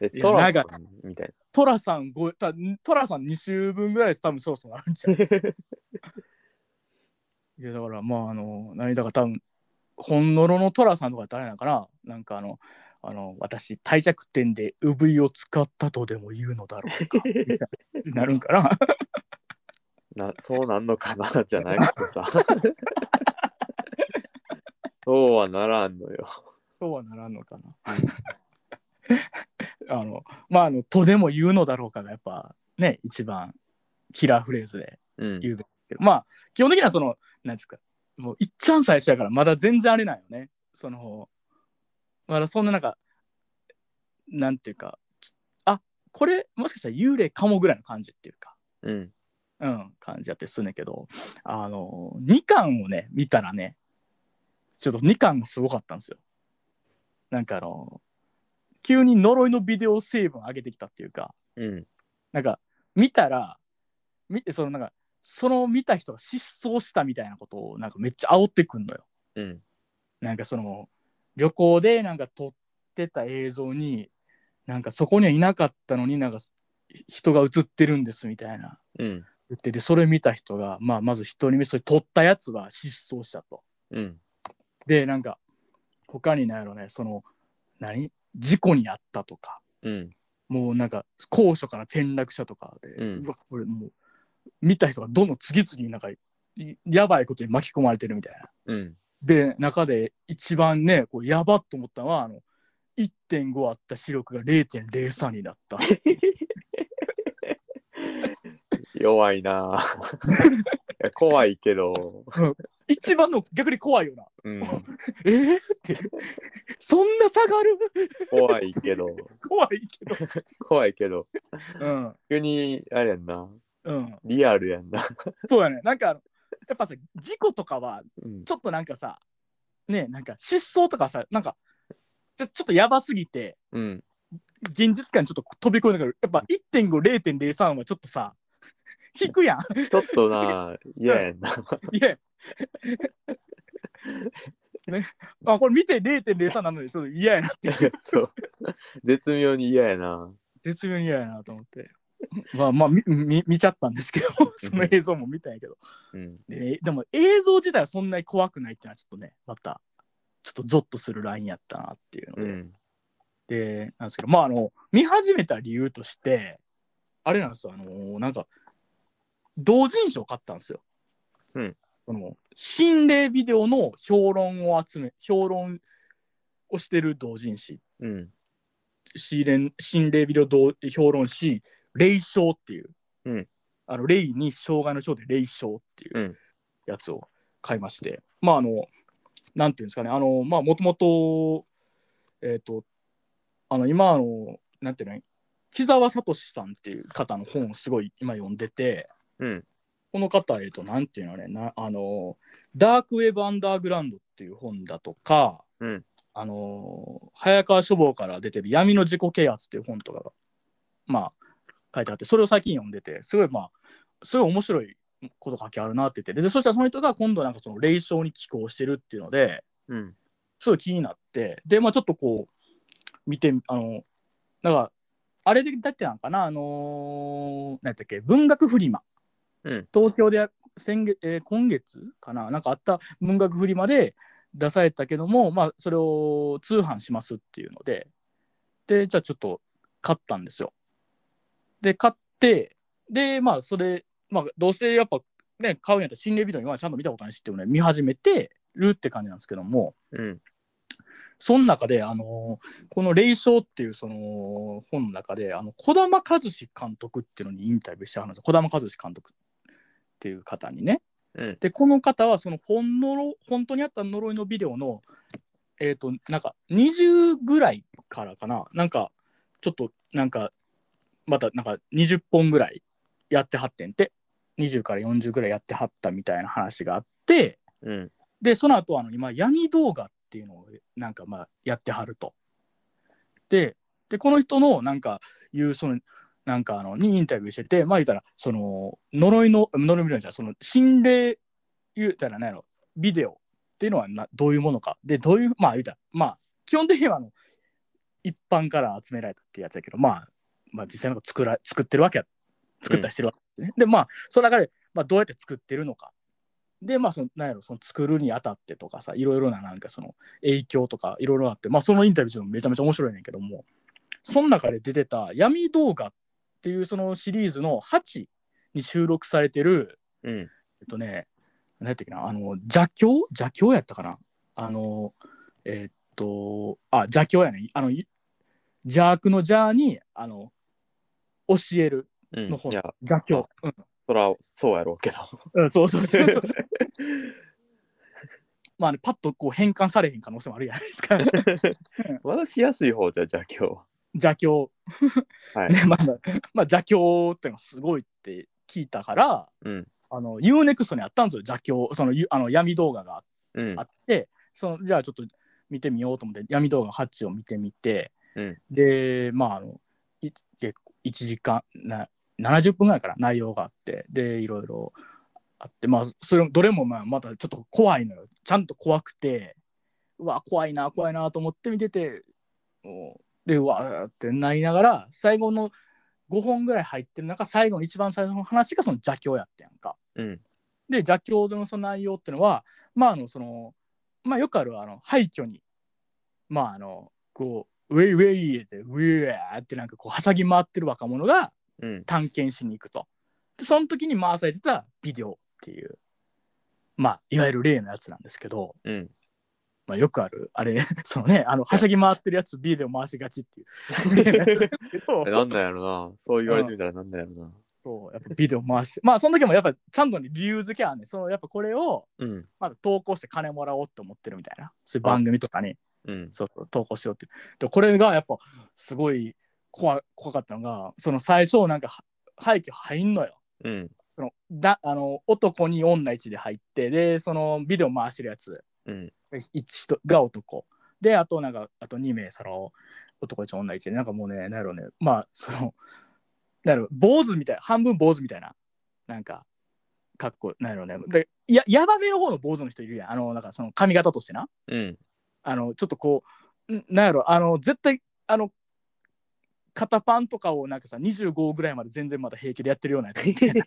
[SPEAKER 2] え、
[SPEAKER 1] いや
[SPEAKER 2] トラ
[SPEAKER 1] 長い
[SPEAKER 2] さんみたい
[SPEAKER 1] トラさんごたトラさん2週分ぐらいです多分そろそろあるんじゃないいやだからまああの何だか多分ほんのろのトラさんとか誰なのかななんかあのあの私対弱点で産湯を使ったとでも言うのだろうかなるんかな
[SPEAKER 2] な。な、そうなんのかなじゃないけどさ。そうはならんのよ。
[SPEAKER 1] そうはならん のかなあのまああのとでも言うのだろうかがやっぱね一番キラーフレーズで
[SPEAKER 2] うん。
[SPEAKER 1] 言うべきだけど、まあ基本的にはその何ですかもういっちゃん最初やからまだ全然あれなんよねそのまだそんななんかなんていうかちあこれもしかしたら幽霊かもぐらいの感じっていうか
[SPEAKER 2] うん。
[SPEAKER 1] うん感じやってすんねんけどあの2巻をね見たらねちょっと2巻がすごかったんですよなんかあの急に呪いのビデオ成分上げてきたっていうか
[SPEAKER 2] うん。
[SPEAKER 1] なんか見たら見てそのなんかその見た人が失踪したみたいなことをなんかめっちゃ煽ってくんのよ。
[SPEAKER 2] うん。
[SPEAKER 1] なんかその旅行でなんか撮ってた映像になんかそこにはいなかったのになんかひ人が映ってるんですみたいな
[SPEAKER 2] うん。
[SPEAKER 1] 言ってでそれ見た人が、まあ、まず一人目それ撮ったやつは失踪したと。
[SPEAKER 2] うん。
[SPEAKER 1] でなんか他になんやろねその何事故にあったとか
[SPEAKER 2] うん。
[SPEAKER 1] もうなんか高所から転落したとかで、
[SPEAKER 2] う
[SPEAKER 1] うんわこれもう見た人がどんどん次々なんかいやばいことに巻き込まれてるみたいな。
[SPEAKER 2] うん。
[SPEAKER 1] で中で一番ねこうやばっと思ったのはあの1.5あった視力が0.03になった。
[SPEAKER 2] 弱いなぁいや怖いけど、
[SPEAKER 1] 一番の逆に怖いよな。
[SPEAKER 2] う
[SPEAKER 1] え
[SPEAKER 2] ん、
[SPEAKER 1] ー、ってそんな下がる
[SPEAKER 2] 怖いけど、
[SPEAKER 1] 怖いけ
[SPEAKER 2] 怖いけど、
[SPEAKER 1] ど。うん
[SPEAKER 2] 急に、あれやんな、
[SPEAKER 1] うん、
[SPEAKER 2] リアルやんな。
[SPEAKER 1] そうやねなんかあのやっぱさ事故とかは
[SPEAKER 2] うん。
[SPEAKER 1] ちょっとなんかさねなんか失踪とかさなんかちょちょっとやばすぎて
[SPEAKER 2] うん。
[SPEAKER 1] 現実感ちょっと飛び越えながらやっぱ1.50.03はちょっとさ引くやん
[SPEAKER 2] ちょっとな、嫌やんな。
[SPEAKER 1] いえ。ね、あこれ見て0.03なのでちょっと嫌やなっていう
[SPEAKER 2] そう。絶妙に嫌やな。
[SPEAKER 1] 絶妙に嫌やなと思ってまあまあみ見見ちゃったんですけどその映像も見たんやけど
[SPEAKER 2] うん。
[SPEAKER 1] で,、でも映像自体はそんなに怖くないっていうのはちょっとねまたちょっとゾッとするラインやったなっていうので、
[SPEAKER 2] うん。
[SPEAKER 1] でなんですけどまああの見始めた理由としてあれなんですよあのなんか同人誌を買ったんですよ。
[SPEAKER 2] うん
[SPEAKER 1] その心霊ビデオの評論を集め評論をしてる同人誌
[SPEAKER 2] うん。
[SPEAKER 1] シーレン心霊ビデオ同評論誌「霊障」っていう、
[SPEAKER 2] うん
[SPEAKER 1] あの霊に障害の章で霊障っていう
[SPEAKER 2] うん
[SPEAKER 1] やつを買いまして、まああのなんていうんですかねあのまあもともとえっ、とあの今あのなんていうの木澤聡さんっていう方の本をすごい今読んでて
[SPEAKER 2] うん。
[SPEAKER 1] この方えっ、となんていうのねなあのダークウェブアンダーグラウンドっていう本だとか、
[SPEAKER 2] うん
[SPEAKER 1] あの早川書房から出てる闇の自己啓発っていう本とかがまあ書いてあってそれを最近読んでてすごいまあすごい面白いこと書きあるなって言ってでそしたらその人が今度なんかその霊障に寄稿してるっていうので
[SPEAKER 2] うん。
[SPEAKER 1] すごい気になってでまあちょっとこう見てあのなんかあれでだってなんかなあのー、何やったっけ文学フリマ、
[SPEAKER 2] うん
[SPEAKER 1] 東京でや先月、えー今月かななんかあった文学フリマで出されたけどもまあそれを通販しますっていうのででじゃあちょっと買ったんですよで買ってでまあそれまあどうせやっぱね買うんやったら心霊ビデオ今までちゃんと見たことないしっていうので見始めてるって感じなんですけども、
[SPEAKER 2] うん。
[SPEAKER 1] その中で、あのーこの「霊障」っていうその本の中であの児玉和志監督っていうのにインタビューしてはるんですよ児玉和志監督っていう方にね。
[SPEAKER 2] うん。
[SPEAKER 1] でこの方はその本のろ本当にあった呪いのビデオのえっ、となんか20ぐらいからかななんかちょっとなんかまたなんか20本ぐらいやってはってんて20から40ぐらいやってはったみたいな話があって。
[SPEAKER 2] うん。
[SPEAKER 1] で、その後あの今、闇動画っていうのをなんかまあやってはると。で、でこの人のなんか言う、その、なんかあの、にインタビューしてて、まあ言ったら、その、呪いの、呪いみたいな、その、心霊、言うたら何やろ、ビデオっていうのはなどういうものか。で、どういう、まあ言うたら、まあ、基本的にはあの、一般から集められたってやつだけど、まあ、まあ実際の作ら作ってるわけや、作ったりしてるわけ、ねで、まあ、その中で、まあ、どうやって作ってるのか。でまあそのなんやろその作るにあたってとかさいろいろななんかその影響とかいろいろあってまあそのインタビューしてもめちゃめちゃ面白いねんけどもその中で出てた「闇動画」っていうそのシリーズの8に収録されてる
[SPEAKER 2] うん。
[SPEAKER 1] えっとね何やったっけなあの邪教邪教やったかなあのえっとあ邪教やねあのい邪悪の邪にあの教える
[SPEAKER 2] うん
[SPEAKER 1] の方
[SPEAKER 2] いや、
[SPEAKER 1] 邪教、うん
[SPEAKER 2] そら、そうやろうけど。
[SPEAKER 1] うん、そうそうそう そうまあね、パッとこう変換されへん可能性もあるじゃないですか。
[SPEAKER 2] まだしやすい方じゃ、じゃあ今日は。
[SPEAKER 1] 邪教。
[SPEAKER 2] はい
[SPEAKER 1] ね、まあ、まあ、邪教ってのがすごいって聞いたから、
[SPEAKER 2] うん。
[SPEAKER 1] あの、UNEXT にあったんですよ、邪教。その、ゆあの闇動画が
[SPEAKER 2] うん
[SPEAKER 1] あ。って、その、じゃあちょっと見てみようと思って、闇動画8を見てみて、
[SPEAKER 2] うん
[SPEAKER 1] で、まあ、あの、い結構1時間な、70分ぐらいから内容があって、で、いろいろあって、まあ、それどれもまあまたちょっと怖いのよ。ちゃんと怖くて、うわ、怖いな、怖いなと思って見てて、もうで、うわーってなりながら、最後の5本ぐらい入ってる中、最後の一番最初の話がその邪教やってやんか。
[SPEAKER 2] うん。
[SPEAKER 1] で邪教のその内容っていうのはまああのそのまあよくあるあの廃墟にまああのこうウェイウェイってウェーってなんかこうはしゃぎ回ってる若者が
[SPEAKER 2] うん。
[SPEAKER 1] 探検しに行くとでその時に回されてたビデオっていうまあいわゆる例のやつなんですけど、
[SPEAKER 2] うん。
[SPEAKER 1] まあ、よくあるあれそのね あのはしゃぎ回ってるやつビデオ回しがちっていう例のやつなんですけど
[SPEAKER 2] えなんだやろな。そう言われてみたらなんだやろな。
[SPEAKER 1] そうやっぱビデオ回してまあその時もやっぱちゃんとね理由付けはねそのやっぱこれを
[SPEAKER 2] うん。
[SPEAKER 1] まだ投稿して金もらおうって思ってるみたいな、そういう番組とかに、
[SPEAKER 2] うん。
[SPEAKER 1] そうそう投稿しようっていう。で、これがやっぱ、すごい怖怖かったのが、その最初、なんかは、廃墟入んのよ。
[SPEAKER 2] うん。
[SPEAKER 1] そのだあの男に女1で入ってでそのビデオ回してるやつ
[SPEAKER 2] うん。
[SPEAKER 1] 一人が男であとなんかあと2名その男一女一でなんかもうねなんやろうねまあそのなんやろ坊主みたい半分坊主みたいななんかかっこなんやろうねでややばめの方の坊主の人いるやんあのなんかその髪型としてな
[SPEAKER 2] うん。
[SPEAKER 1] あのちょっとこうんなんやろあの絶対あの肩パンとかをなんかさ25ぐらいまで全然まだ平気でやってるようなやつみたいな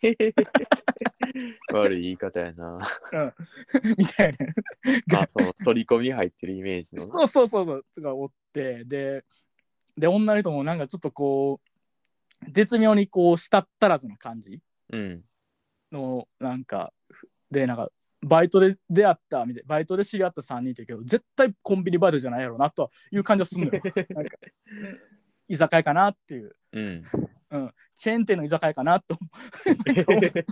[SPEAKER 2] 悪い言い方や な。
[SPEAKER 1] みたいな
[SPEAKER 2] あ、そう、反り込み入ってるイメージの。
[SPEAKER 1] そうそうそうそうとかおってでで女の人もなんかちょっとこう絶妙にこうしたったらずな感じ
[SPEAKER 2] うん。
[SPEAKER 1] のなんかふでなんかバイトで出会ったみたいバイトで知り合った3人って言うけど絶対コンビニバイトじゃないやろうなという感じはすん のよなんかうん居酒屋かなっていう、
[SPEAKER 2] うん。
[SPEAKER 1] うん、チェーン店の居酒屋かなと 思って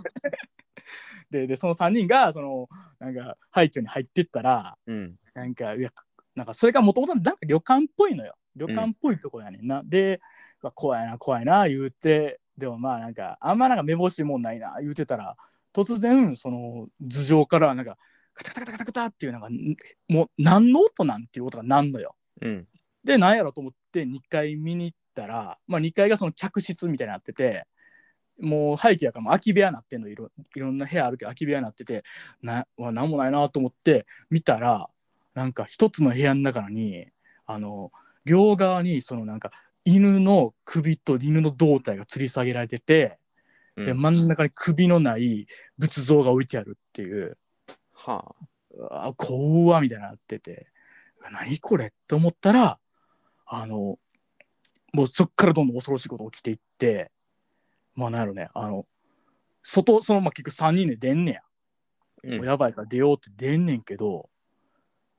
[SPEAKER 1] ででその3人がそのなんか廃墟に入ってったら
[SPEAKER 2] うん。
[SPEAKER 1] なんか、いや、なんかそれがもともとなんか旅館っぽいのよ。旅館っぽいとこやねんな。で、うわ怖いな、怖いな、言うて、でもまあなんか、あんまなんか目ぼしいもんないな、言うてたら、突然、その頭上からなんか、カタカタカタカタっていうなんか、んもう何の音なんていう音がなんのよ。
[SPEAKER 2] うん。
[SPEAKER 1] で、なんやろと思って2階見に行ったら、まあ2階がその客室みたいになってて、もう廃棄やからもう空き部屋になってんのいろいろんな部屋あるけど空き部屋になっててなわなんもないなと思って見たらなんか一つの部屋の中にあの両側にそのなんか犬の首と犬の胴体が吊り下げられてて、
[SPEAKER 2] うん
[SPEAKER 1] で真ん中に首のない仏像が置いてあるっていう
[SPEAKER 2] はあ。
[SPEAKER 1] うわ怖っみたいになっててうわ何これって思ったらあのもうそっからどんどん恐ろしいことが起きていってまあなんやろねあの外そのまあ結局3人で出んねや、
[SPEAKER 2] うん
[SPEAKER 1] もうやばいから出ようって出んねんけど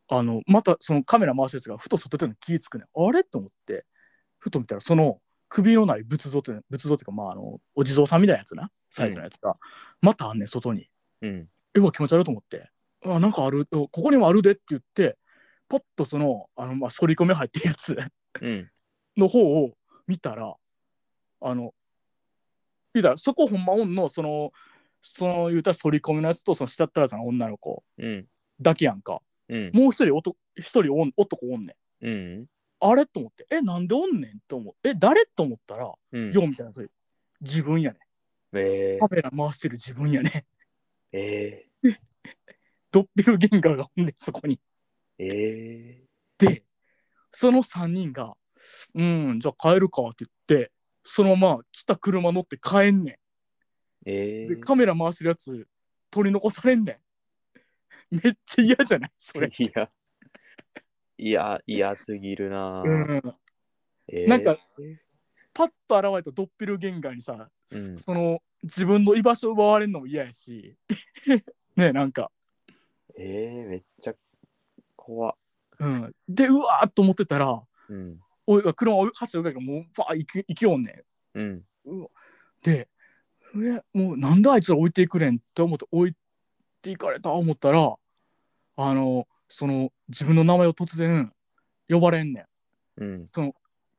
[SPEAKER 1] あのまたそのカメラ回すやつがふと外での気ぃつくねんあれと思ってふと見たらその首のない仏像って仏像っていうかまああのお地蔵さんみたいなやつなサイズのやつが、またあんねん外に。
[SPEAKER 2] うん。
[SPEAKER 1] うわ気持ち悪いと思って「あなんかあるおここにもあるで」って言ってパッとそのあの、まあ、反り込み入ってるやつ
[SPEAKER 2] うん。
[SPEAKER 1] の方を見たらあのいざそこほんまおんのそのその言うたら反り込みのやつとその下っ足らずの女の子
[SPEAKER 2] うん。
[SPEAKER 1] だけやんか
[SPEAKER 2] うん。
[SPEAKER 1] もう一人男一人おん男おんねん
[SPEAKER 2] うん。
[SPEAKER 1] あれと思ってえなんでおんねんと思ってえ誰と思ったらよ
[SPEAKER 2] う
[SPEAKER 1] う
[SPEAKER 2] ん。
[SPEAKER 1] みたいなそれ自分やね
[SPEAKER 2] え
[SPEAKER 1] カメラ回してる自分やね
[SPEAKER 2] ええ
[SPEAKER 1] ドッペルゲンガーがおんねんそこに
[SPEAKER 2] ええ
[SPEAKER 1] でその3人が「うんじゃあ帰るか」って言ってそのまま来た車乗って帰んね
[SPEAKER 2] ええ
[SPEAKER 1] んでカメラ回してるやつ取り残されんねんめっちゃ嫌じゃないそ れ、
[SPEAKER 2] いや、いや、嫌すぎるな、
[SPEAKER 1] うん、
[SPEAKER 2] え
[SPEAKER 1] なんかパッと現れたドッペルゲンガーにさ、
[SPEAKER 2] うん
[SPEAKER 1] その自分の居場所奪われるのも嫌やし ねなんか、
[SPEAKER 2] ええめっちゃ怖っ
[SPEAKER 1] うん、でうわーっと思ってたら
[SPEAKER 2] うん。
[SPEAKER 1] おい車追い走ってるからもうバーッ行き行きよんねん
[SPEAKER 2] うん。
[SPEAKER 1] うわでえもうなんであいつら置いていくねんって思って置いていかれた思ったらあのその自分の名前を突然呼ばれんねん
[SPEAKER 2] うん。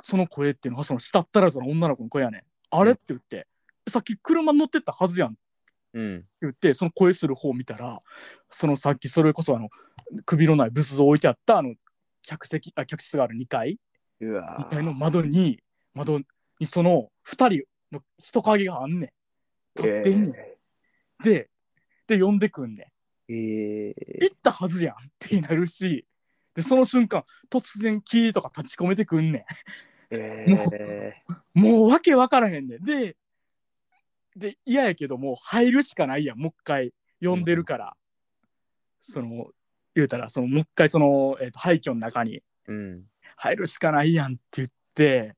[SPEAKER 1] その声っていうのがその下ったらずの女の子の声やねんあれって言って、さっき車乗ってったはずやんって
[SPEAKER 2] うん。
[SPEAKER 1] 言ってその声する方を見たらそのさっきそれこそあの首のない仏像置いてあったあの客席あ客室がある2階
[SPEAKER 2] うわ
[SPEAKER 1] 2階の窓に窓にその2人の人影があんねん立ってんねんで、で、呼んでくんね
[SPEAKER 2] ええ
[SPEAKER 1] ん。行ったはずやんってなるし、で、その瞬間、突然、キーとか立ち込めてくんね
[SPEAKER 2] ええ
[SPEAKER 1] ん。もう、わけわからへんねん。で、で、嫌やけど、もう入るしかないやん、もう一回、呼んでるから。その、言うたら、その、もう一回、その、えーと廃墟の中に、
[SPEAKER 2] うん。
[SPEAKER 1] 入るしかないやんって言って、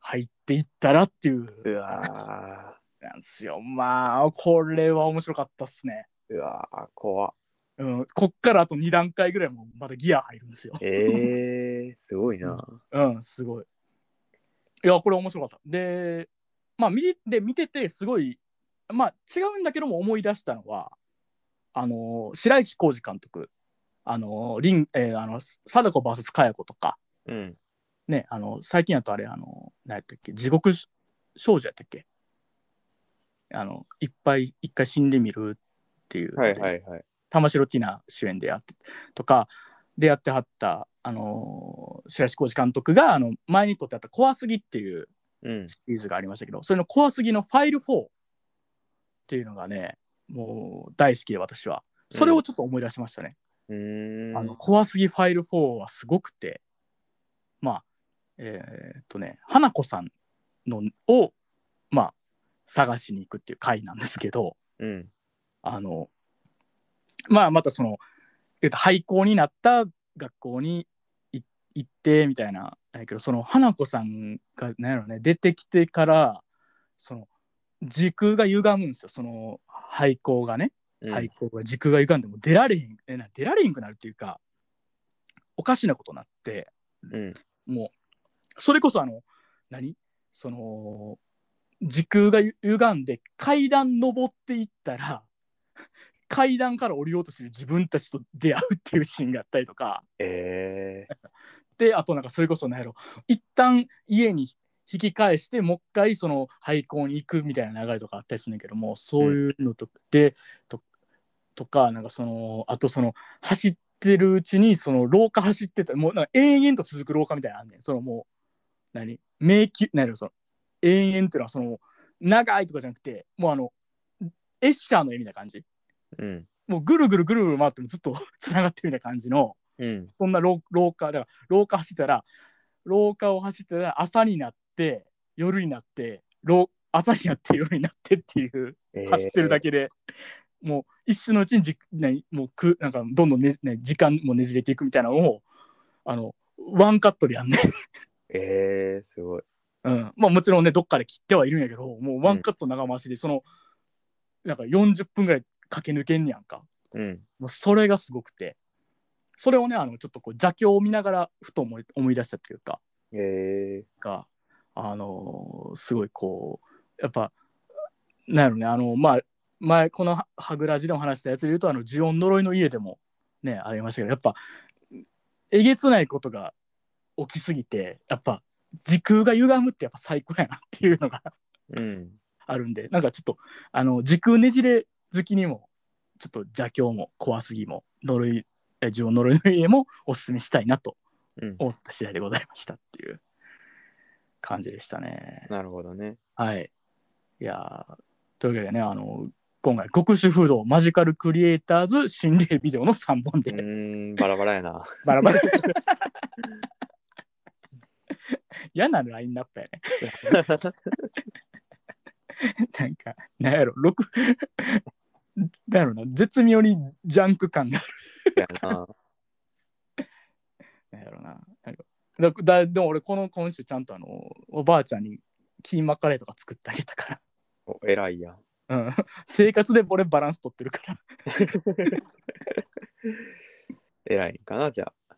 [SPEAKER 1] 入っていったらっていう、
[SPEAKER 2] うわ
[SPEAKER 1] なんすよ。まあ、これは面白かったっすね。
[SPEAKER 2] うわ怖っ
[SPEAKER 1] うん、こっからあと2段階ぐらいもまだギア入るんですよ。
[SPEAKER 2] ええすごいな
[SPEAKER 1] うん、すごい。いや、これ面白かった。で、まあ、見で見てて、すごい、まあ、違うんだけども思い出したのは、あのー白石浩二監督、あのー、リンえーあの貞子 VS 佳代子とか、
[SPEAKER 2] うん。
[SPEAKER 1] ね、あの最近やとあれ、あのー、何やったっけ、地獄少女やったっけ。あのいっぱい一回死んでみるっていうの
[SPEAKER 2] は
[SPEAKER 1] で、
[SPEAKER 2] いはいはい。
[SPEAKER 1] 玉城ティナ主演でやってとかでやってはった、あのー白石浩二監督があの前に撮ってあった「怖すぎ」っていう
[SPEAKER 2] うん。
[SPEAKER 1] シリーズがありましたけどそれの「怖すぎ」の「ファイル4」っていうのがねもう大好きで私はそれをちょっと思い出しましたね。
[SPEAKER 2] うーん。
[SPEAKER 1] あの怖すぎファイル4はすごくて、まあ、えーっとね、花子さんのを、まあ、探しに行くっていう回なんですけど、
[SPEAKER 2] うん。
[SPEAKER 1] あの、まあ、またその、えっと、廃校になった学校にい行ってみたいな、あれやけど、その花子さんが、なんやろね、出てきてから、その、時空が歪むんですよ、その廃校がね。
[SPEAKER 2] うん
[SPEAKER 1] 廃。校が時空が歪んでもう出られへんえな出られへんくなるっていうかおかしなことになって
[SPEAKER 2] うん。
[SPEAKER 1] もうそれこそあの何その時空がゆ歪んで階段登っていったら階段から降りようとする自分たちと出会うっていうシーンがあったりとか
[SPEAKER 2] ええ。
[SPEAKER 1] であとなんかそれこそ何やろ一旦家に引き返してもう一回その廃校に行くみたいな流れとかあったりするんだけどもそういうのと、でととかなんかそのあとその走ってるうちにその廊下走ってたもうなんか延々と続く廊下みたいなのあんねんそのもう何迷宮何やろその延々っていうのはその長いとかじゃなくてもうあのエッシャーの絵みたいな感じ
[SPEAKER 2] うん。
[SPEAKER 1] もうぐるぐるぐるぐる回ってもずっと つながってるみたいな感じの。
[SPEAKER 2] うん。
[SPEAKER 1] そんな廊廊下だから廊下走ってたら廊下を走ってたら朝になって夜になって廊朝になって夜になってっていう
[SPEAKER 2] えー
[SPEAKER 1] 走ってるだけで、もう一瞬のうちにじ何もうくなんかどんどん、ねね、時間もねじれていくみたいなのをあのワンカットでやんね、
[SPEAKER 2] ええ、すごい。
[SPEAKER 1] うんまあ、もちろんねどっかで切ってはいるんやけどもうワンカット長回しでその、なんか40分ぐらい駆け抜けんねやんか
[SPEAKER 2] うん。
[SPEAKER 1] もうそれがすごくてそれをねあのちょっとこう妥協を見ながらふと思い思い出したっていうか
[SPEAKER 2] ええ。
[SPEAKER 1] が、あのーすごいこうやっぱなんやろねあのまあ前このは「はぐらじ」でも話したやつで言うとあの呪怨呪いの家でもねありましたけどやっぱえげつないことが起きすぎてやっぱ時空が歪むってやっぱ最高やなっていうのが
[SPEAKER 2] うん。
[SPEAKER 1] あるんでなんかちょっとあの時空ねじれ好きにもちょっと邪教も怖すぎも呪いえ呪怨呪いの家もおすすめしたいなと
[SPEAKER 2] うん。
[SPEAKER 1] 思った次第でございましたっていう感じでしたね。
[SPEAKER 2] なるほ どね。
[SPEAKER 1] はい。いやーというわけでね、あの、今回、極主風道マジカルクリエイターズ心霊ビデオの3本
[SPEAKER 2] う
[SPEAKER 1] で、
[SPEAKER 2] ーん、バラバラ やな。
[SPEAKER 1] バラバラ。嫌なラインナップやね。なんか、なんやろ、6、なんやろな、絶妙にジャンク感が
[SPEAKER 2] やな。
[SPEAKER 1] なんやろな。なんかだだでも俺、この今週ちゃんとあの、おばあちゃんにキーマカレーとか作ってあげたから。
[SPEAKER 2] お偉いやん。
[SPEAKER 1] うん、生活で俺バランス取ってるから
[SPEAKER 2] 偉いんかな、じゃあ。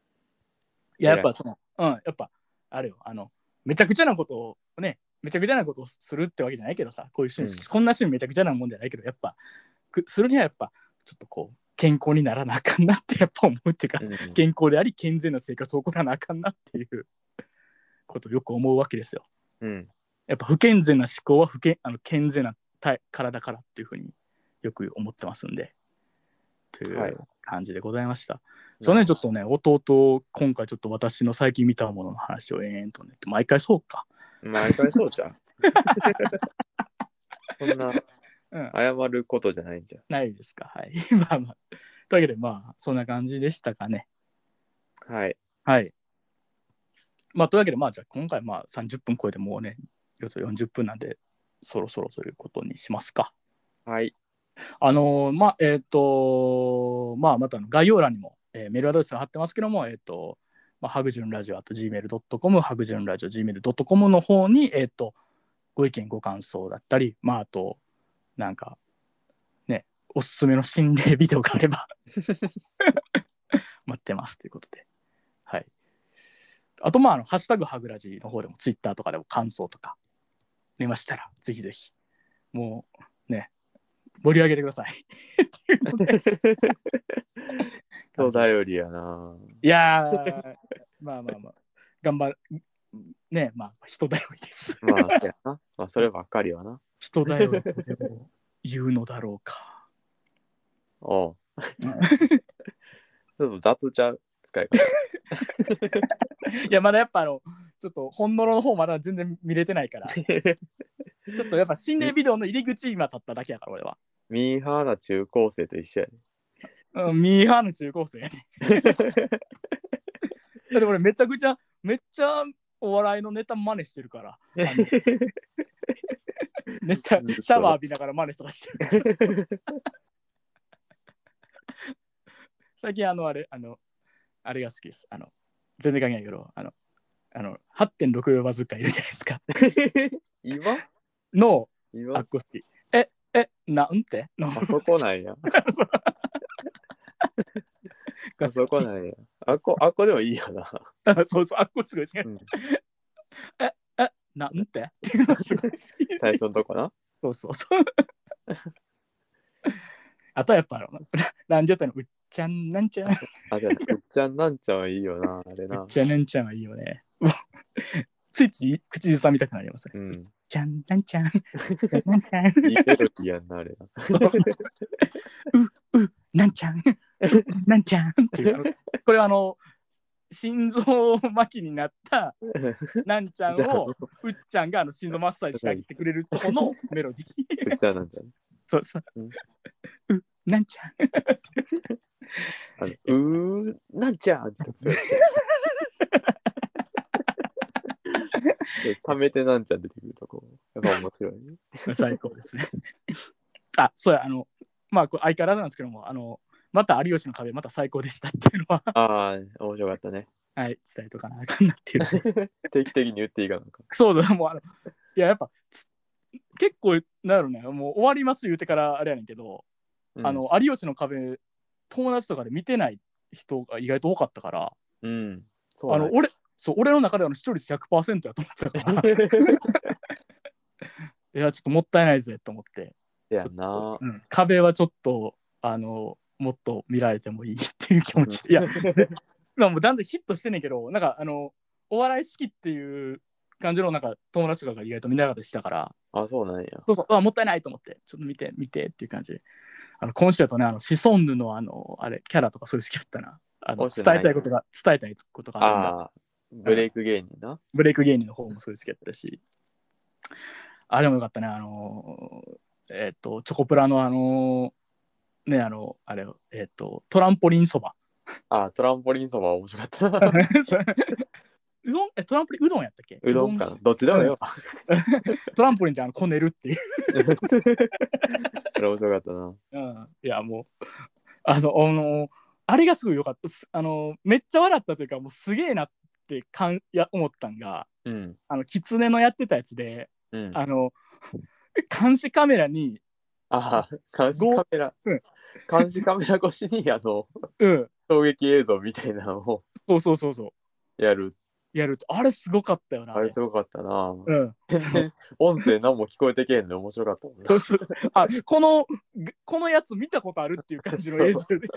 [SPEAKER 1] いややっぱそのうんやっぱあれよあのめちゃくちゃなことをねめちゃくちゃなことをするってわけじゃないけどさこういう趣味、
[SPEAKER 2] うん
[SPEAKER 1] こんな趣味めちゃくちゃなもんじゃないけどやっぱくするにはやっぱちょっとこう健康にならなあかんなってやっぱ思うっていうか、
[SPEAKER 2] うん
[SPEAKER 1] 健康であり健全な生活を送らなあかんなっていうことをよく思うわけですよ
[SPEAKER 2] うん。
[SPEAKER 1] やっぱ不健全な思考は不健あの健全な体体からっていうふうによく思ってますんで。とい
[SPEAKER 2] はいう
[SPEAKER 1] 感じでございました。そうね、ちょっとね、弟、今回ちょっと私の最近見たものの話を延々とね、毎回そうか。
[SPEAKER 2] 毎回そう じゃん。そんな
[SPEAKER 1] うん、
[SPEAKER 2] 謝ることじゃないんじ
[SPEAKER 1] ないですか。はい。 まあまあ。というわけで、まあ、そんな感じでしたかね。
[SPEAKER 2] ゃん。はい。
[SPEAKER 1] はい。まあ、というわけで、まあ、じゃあ今回、まあ、30分超えてもうね、よそ40分なんで、そろそろということにしますか。
[SPEAKER 2] はい。
[SPEAKER 1] あのーまあ、えっ、とまあ、またあの概要欄にも、えーメールアドレスが貼ってますけども、えっ、と、まあ、ハグジュンラジオ .gmail.com、ハグジュンラジオ gmail.com の方に、えっ、と、ご意見、ご感想だったり、まあ、あと、なんか、ね、おすすめの心霊ビデオがあれ ば、待ってますということで。はい。あと、まあ、あの、ハッシュタグハグラジの方でも、ツイッターとかでも感想とか、出ましたら、ぜひぜひ、もう、ね、盛り上げてください。っていうので
[SPEAKER 2] そうだよりやな。
[SPEAKER 1] いやー、まあまあまあ、頑張る、ね、まあ、人頼りです。
[SPEAKER 2] まあ、そうやな。まあ、そればっかりはな。
[SPEAKER 1] 人だよとでも言うのだろうか。
[SPEAKER 2] おう。 ちょっと雑ちゃう。使い方。
[SPEAKER 1] いや、まだやっぱあの、ちょっと本のろの方まだ全然見れてないから、ちょっとやっぱ心霊ビデオの入り口今立っただけやから、俺は。
[SPEAKER 2] ミーハーな中高生と一緒や
[SPEAKER 1] うん、ミーハーの中高生 やね。
[SPEAKER 2] ね。
[SPEAKER 1] だって俺めちゃくちゃ、めっちゃお笑いのネタ真似してるから、ネタ
[SPEAKER 2] うん
[SPEAKER 1] シャワー浴びながら真似とかしてるから。最近あの、あれ、あの、あれが好きです。あの、全然関係ないけど、あの、あの、8.64バズッカいるじゃないです か。
[SPEAKER 2] 今
[SPEAKER 1] の、あ
[SPEAKER 2] 今
[SPEAKER 1] っこ好き。え、え、なんての
[SPEAKER 2] あそ こなんや。あそこなんや。あこ、あこでもいいよな。
[SPEAKER 1] あそうそう、あっこすごい好き。
[SPEAKER 2] うん
[SPEAKER 1] え、え、なん てっていうのがすごい好き。
[SPEAKER 2] 最初のとこな。
[SPEAKER 1] そうそうそう。 あとはやっぱあの、 ランジャタイのうっちゃんなんちゃん、う
[SPEAKER 2] あ、じゃあ、うっちゃんなんちゃんはいいよな、あれな
[SPEAKER 1] っ。ちゃんなんちゃんはいいよね。 うわついつい口ずさみたくなりますね。
[SPEAKER 2] うん。
[SPEAKER 1] ちゃんなんちゃん、うっちゃんなんちゃん、
[SPEAKER 2] いいメロディーやんな、あれな。
[SPEAKER 1] う、う、なんちゃ ん、うなんちゃ んっていうあの。これはあの、心臓麻痺になった なんちゃん
[SPEAKER 2] じゃあ
[SPEAKER 1] を、うっちゃんがあの心臓マッサージしてあげてくれるとこ のメロディー。
[SPEAKER 2] うっちゃんなんちゃん。
[SPEAKER 1] そうそうう。う、なんちゃん。
[SPEAKER 2] あのうー、なんちゃんって 言ってためてなんちゃん出てくるとこ。やっぱ面白いね。
[SPEAKER 1] 最高ですね。 あ、そうや、あの、まあ、これ相変わらずなんですけども、あの、また有吉の壁、また最高でしたっていうのは、
[SPEAKER 2] ああ、面白かったね。
[SPEAKER 1] はい、伝えとかなあかんなっていう。
[SPEAKER 2] 定期的に言っていいかなんか。
[SPEAKER 1] クソだ、もうあの、いや、やっぱ、つ結構、なるね、もう終わります言うてからあれやねんけど、
[SPEAKER 2] うん
[SPEAKER 1] あ、の、有吉の壁、友達とかで見てない人が意外と多かったから、
[SPEAKER 2] うん。そう
[SPEAKER 1] あ
[SPEAKER 2] なん
[SPEAKER 1] の
[SPEAKER 2] や、
[SPEAKER 1] 俺、そう、俺の中ではあの視聴率100%やと思ってたか ら、いや、ちょっともったいないぜと思って、
[SPEAKER 2] や な。
[SPEAKER 1] うん壁はちょっとあのもっと見られてもいいっていう気持ち、いやまあもう断然ヒットしてんねんけどなんかあのお笑い好きっていう感じのなんか友達とかが意外と見ながらしたから
[SPEAKER 2] あ、そうなんや。
[SPEAKER 1] そうそううわもったいないと思ってちょっと見て見てっていう感じであの今週だとねあのシソンヌのあのあれキャラとかそういう好きだったなあの
[SPEAKER 2] 今週
[SPEAKER 1] 伝え
[SPEAKER 2] ない
[SPEAKER 1] たいことが伝えたいことがあるんだ
[SPEAKER 2] ああ、ブレイク芸人な。
[SPEAKER 1] ブレイク芸人の方もそういう好きだったし、あれもよかったね、あのー、えっ、と、チョコプラのあのーね、あの、あれを、えっ、と、トランポリンそ ば。
[SPEAKER 2] ああ、トランポリンそばは面白かった
[SPEAKER 1] う
[SPEAKER 2] な。
[SPEAKER 1] どんえ、トランポリン、うどんやったっけ
[SPEAKER 2] うどんかな。どっちでもよ。
[SPEAKER 1] トランポリンってあの、こねるっていう。
[SPEAKER 2] それ面白かったな。
[SPEAKER 1] うん、いや、もう、 あの、あのーあれがすごい良かった。すあのーめっちゃ笑ったというか、もうすげえなってかんいや思ったんが、
[SPEAKER 2] うん。
[SPEAKER 1] あの、キツネのやってたやつで、
[SPEAKER 2] うん。あ
[SPEAKER 1] あの、監視カメラに、
[SPEAKER 2] あ、監視カメラ
[SPEAKER 1] うん。
[SPEAKER 2] 監視カメラ越しに、あの、
[SPEAKER 1] うん、
[SPEAKER 2] 衝撃映像みたいなのを
[SPEAKER 1] そうそうそうそう。
[SPEAKER 2] やる。
[SPEAKER 1] やるとあれすごかったよな。
[SPEAKER 2] あれすごかったな。
[SPEAKER 1] う ん、
[SPEAKER 2] 全然音声何も聞こえてけへんの面白かったもんな。
[SPEAKER 1] あこのぐこのやつ見たことあるっていう感じの映像でで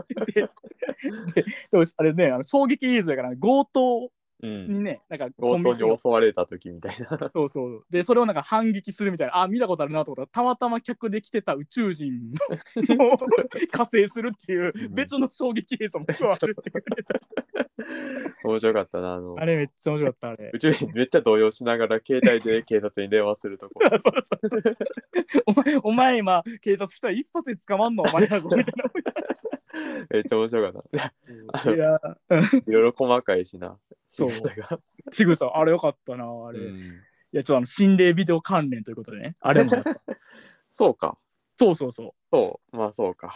[SPEAKER 1] で でもあれねあの衝撃映像やから、強盗
[SPEAKER 2] うん。
[SPEAKER 1] にね、なんかコ
[SPEAKER 2] 強
[SPEAKER 1] ンビ
[SPEAKER 2] 盗
[SPEAKER 1] ニの
[SPEAKER 2] に襲われた時みたいな。
[SPEAKER 1] そうそうでそれをなんか反撃するみたいなあ見たことあるなと思ったらたまたま客で来てた宇宙人の加勢するっていう
[SPEAKER 2] うん
[SPEAKER 1] 別の衝撃映像も加わるっていう
[SPEAKER 2] 面白かったな。あの
[SPEAKER 1] あ、れめっちゃ面白かったあれ
[SPEAKER 2] 宇宙人めっちゃ動揺しながら携帯で警察に電話するとこ。
[SPEAKER 1] そうそうそうお前お前今警察来たら一発で捕まんのお前だぞみたいな
[SPEAKER 2] めっちゃ面白かった。あの
[SPEAKER 1] いやうん
[SPEAKER 2] いろいろ細かいしな。
[SPEAKER 1] そう
[SPEAKER 2] 仕草が。
[SPEAKER 1] ちぐさあれよかったなあ
[SPEAKER 2] う
[SPEAKER 1] れ、い
[SPEAKER 2] ん
[SPEAKER 1] やちょっとあの心霊ビデオ関連ということでねあれも
[SPEAKER 2] そうか。
[SPEAKER 1] そうそうそ
[SPEAKER 2] そう。まあそうか。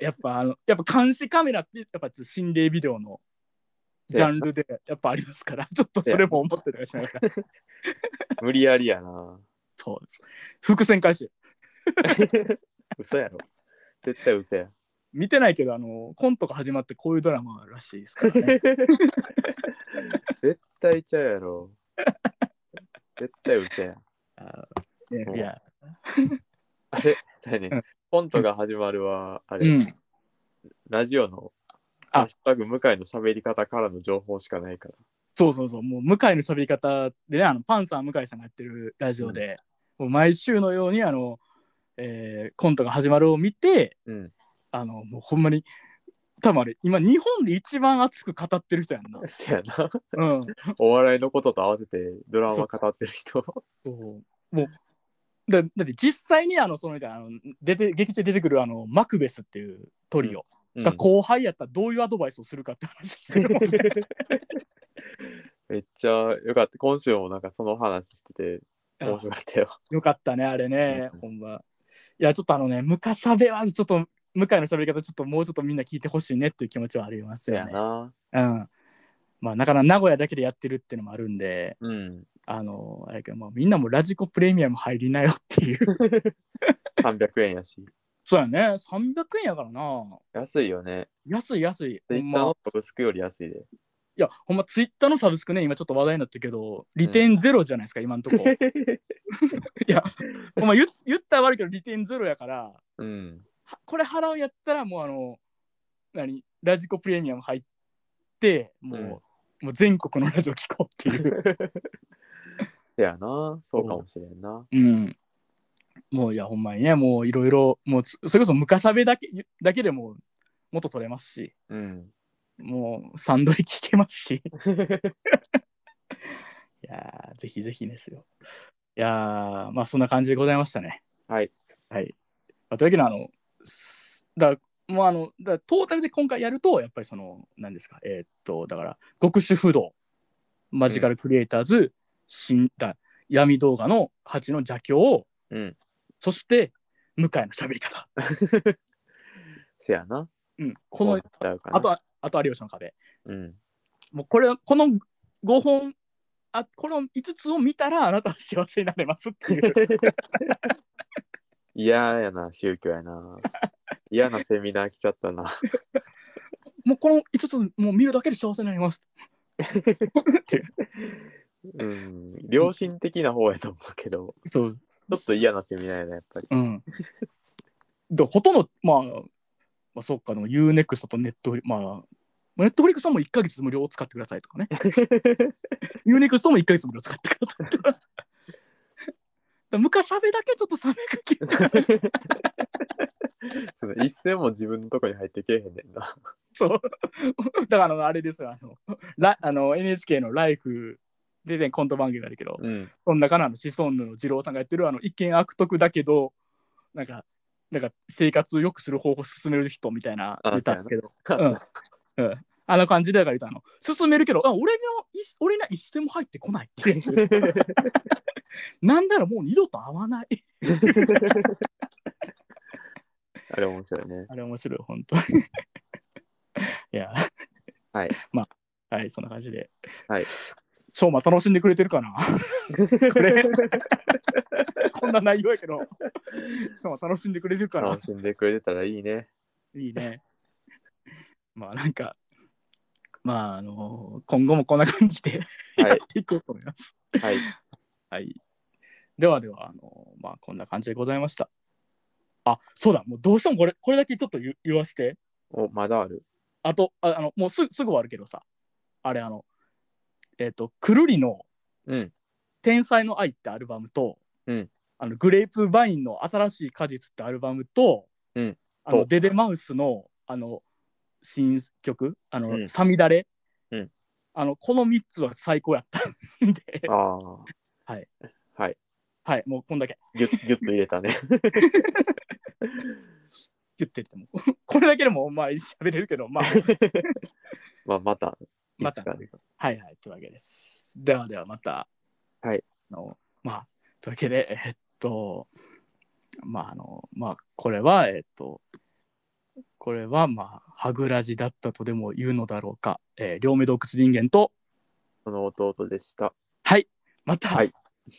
[SPEAKER 1] うやっぱあのやっぱ監視カメラってやっぱちょっと心霊ビデオのジャンルでやっぱありますからちょっとそれも思ってたりしながら
[SPEAKER 2] 無理やりやな。
[SPEAKER 1] そうです伏線回収
[SPEAKER 2] 嘘やろ。絶対嘘や。
[SPEAKER 1] 見てないけどあのコントが始まってこういうドラマらしいですから ね
[SPEAKER 2] 絶対ちゃうやろ。絶対嘘や。
[SPEAKER 1] あーいや
[SPEAKER 2] あれそうやね
[SPEAKER 1] うん。
[SPEAKER 2] コントが始まるは、あ
[SPEAKER 1] う
[SPEAKER 2] れ、
[SPEAKER 1] ん
[SPEAKER 2] ラジオの、
[SPEAKER 1] あ
[SPEAKER 2] ハッシュタグ向井の喋り方からの情報しかないから。
[SPEAKER 1] そうそうそうもう向井の喋り方でねあのパンサー向井さんがやってるラジオで、もう毎週のようにあの、えーコントが始まるを見て
[SPEAKER 2] うん。。
[SPEAKER 1] あのもうほんまに多分あれ今日本で一番熱く語ってる人やんな
[SPEAKER 2] せやな。
[SPEAKER 1] うん、
[SPEAKER 2] お笑いのことと合わせてドラマ語ってる
[SPEAKER 1] そ
[SPEAKER 2] 人。
[SPEAKER 1] うもうだだって実際にあのそのあの出て劇中で出てくるあのマクベスっていうトリオが
[SPEAKER 2] うん
[SPEAKER 1] 後輩やったらどういうアドバイスをするかって話してるもんね
[SPEAKER 2] めっちゃよかった。今週もなんかその話してて面白かったよ。
[SPEAKER 1] よかったねあれね、
[SPEAKER 2] うん
[SPEAKER 1] ほんまいやちょっとあのね昔しゃべはちょっと向井の喋り方ちょっともうちょっとみんな聞いてほしいねっていう気持ちはあります
[SPEAKER 2] せ
[SPEAKER 1] よ
[SPEAKER 2] や
[SPEAKER 1] ね。
[SPEAKER 2] な。
[SPEAKER 1] うんまあ、なかなか名古屋だけでやってるってのもあるんで、
[SPEAKER 2] うん。
[SPEAKER 1] あの、あれやけど、まあ、みんなもラジコプレミアム入りなよっていう。
[SPEAKER 2] 300円やし。
[SPEAKER 1] そうやね、300円やからな。
[SPEAKER 2] 安いよね。
[SPEAKER 1] 安い安い。ほ
[SPEAKER 2] ツイ
[SPEAKER 1] ん
[SPEAKER 2] ッタ
[SPEAKER 1] ま、い
[SPEAKER 2] ーのサブスクより安いで。
[SPEAKER 1] や、ほんま、ツイッターのサブスクね、今ちょっと話題になってるけど、利点ゼロじゃないですか、今ん とこ。 いや、ほんま言、言ったら悪いけど、利点ゼロやから、
[SPEAKER 2] うん。
[SPEAKER 1] はこれ払うんやったら、もうあの、何、ラジコプレミアム入って、もう、
[SPEAKER 2] うん
[SPEAKER 1] もう全国のラジオ聞こうっていう。
[SPEAKER 2] せやな。そうかもしれんな。
[SPEAKER 1] うん。もういや、ほんまにね、もういろいろ、もうつそれこそムカサベだけだけでもう元取れますし、
[SPEAKER 2] うん。
[SPEAKER 1] もうサンドリ聞けますし。いやー、ぜひぜひですよ。いやー、まあそんな感じでございましたね。
[SPEAKER 2] はい。
[SPEAKER 1] はい。まあ、というわけで、あの、すだもうあのだトータルで今回やると、やっぱりその、何ですか、えーっと、だから、極主不動、マジカルクリエイターズ、新だ闇動画の8の邪教を、
[SPEAKER 2] うん。
[SPEAKER 1] そして、向井の喋り方。
[SPEAKER 2] せやな。
[SPEAKER 1] うん、この、
[SPEAKER 2] うなっちゃうかな
[SPEAKER 1] あとは、あとは有吉の壁。
[SPEAKER 2] うん。
[SPEAKER 1] もうこれ、この5本、あこの5つを見たら、あなたは幸せになれますっていう。
[SPEAKER 2] 嫌やな、宗教やな。嫌なセミナー来ちゃったな。
[SPEAKER 1] もうこの5つ、もう見るだけで幸せになります。っていう
[SPEAKER 2] うん。良心的な方やと思うけ ど、
[SPEAKER 1] そう。
[SPEAKER 2] ちょっと嫌なセミナーやな、やっ ぱり。
[SPEAKER 1] うん。で、ほとんど、まあ、まあ、そっか、でも UNEXT と Netflix、まあ、ネットフリックスはもう1ヶ月無料を使ってくださいと かね。UNEXT も1ヶ月無料使ってくださいとか。だから昔喋だけちょっと冷め かけ
[SPEAKER 2] その一銭も自分のとこに入ってけえへんねんな。
[SPEAKER 1] そう。だからあの、あれですよ、あの、ラあの NHK のライフでね、コント番組があるけど、
[SPEAKER 2] うん。
[SPEAKER 1] その中のあの、シソンヌの二郎さんがやってる、あの、一見悪徳だけど、なんか、なんか生活を良くする方法を進める人みたいな
[SPEAKER 2] あ
[SPEAKER 1] 歌だけど、
[SPEAKER 2] そう
[SPEAKER 1] うん。うんあの感じで、だから言うと、あの、進めるけど、あ俺の、い俺には一銭も入ってこない っていうやつですなんならもう二度と会わない。
[SPEAKER 2] あれ面白いね。
[SPEAKER 1] あれ面白い、本当に。 いや、
[SPEAKER 2] はい。
[SPEAKER 1] まあ、はい、そんな感じで。
[SPEAKER 2] はい。
[SPEAKER 1] しょうま楽しんでくれてるかな こ れ、こんな内容やけど、しょうま楽しんでくれてるかな
[SPEAKER 2] 楽しんでくれてたらいいね。
[SPEAKER 1] いいね。まあ、なんか、まあ、あの今後もこんな感じで
[SPEAKER 2] はい
[SPEAKER 1] やっていこうと思います。
[SPEAKER 2] はい。
[SPEAKER 1] はい。ではでは、あのまあ、こんな感じでございました。あ、そうだ、もうどうしてもこれ、これだけちょっと言う言わせて。
[SPEAKER 2] お、まだある。
[SPEAKER 1] あと、ああの、もうすぐすぐ終わるけどさ、あれ、あの、えっ、と、くるりの
[SPEAKER 2] うん。
[SPEAKER 1] 天才の愛ってアルバムと、
[SPEAKER 2] うん
[SPEAKER 1] あのグレープバインの新しい果実ってアルバムと、
[SPEAKER 2] うん
[SPEAKER 1] あの
[SPEAKER 2] と
[SPEAKER 1] デデマウスのあの新曲、あの、
[SPEAKER 2] うん
[SPEAKER 1] サミダレ、
[SPEAKER 2] うん
[SPEAKER 1] あの、この3つは最高やった んで、
[SPEAKER 2] ああ。
[SPEAKER 1] はい。
[SPEAKER 2] はい。
[SPEAKER 1] はい、もうこんだけ
[SPEAKER 2] ぎゅっぎゅっと入れたね。
[SPEAKER 1] 言ってっても、 これだけでもお前喋れるけど、まあ、
[SPEAKER 2] まあ、また。
[SPEAKER 1] また
[SPEAKER 2] いつかね
[SPEAKER 1] はいはい、というわけです。ではではまた。
[SPEAKER 2] はい。
[SPEAKER 1] あのまあ、というわけで、えっと、まあ、あの、まあ、これは、えっと、これは、まあ、はぐらじだったとでも言うのだろうか、えー両目洞窟人間と、
[SPEAKER 2] その弟でした。
[SPEAKER 1] はい、また、
[SPEAKER 2] はい。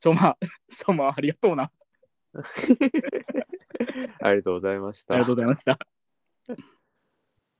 [SPEAKER 1] ちょま あ、ちょまあ、ありがとうな。
[SPEAKER 2] ありがとうございました。
[SPEAKER 1] ありがとうございました。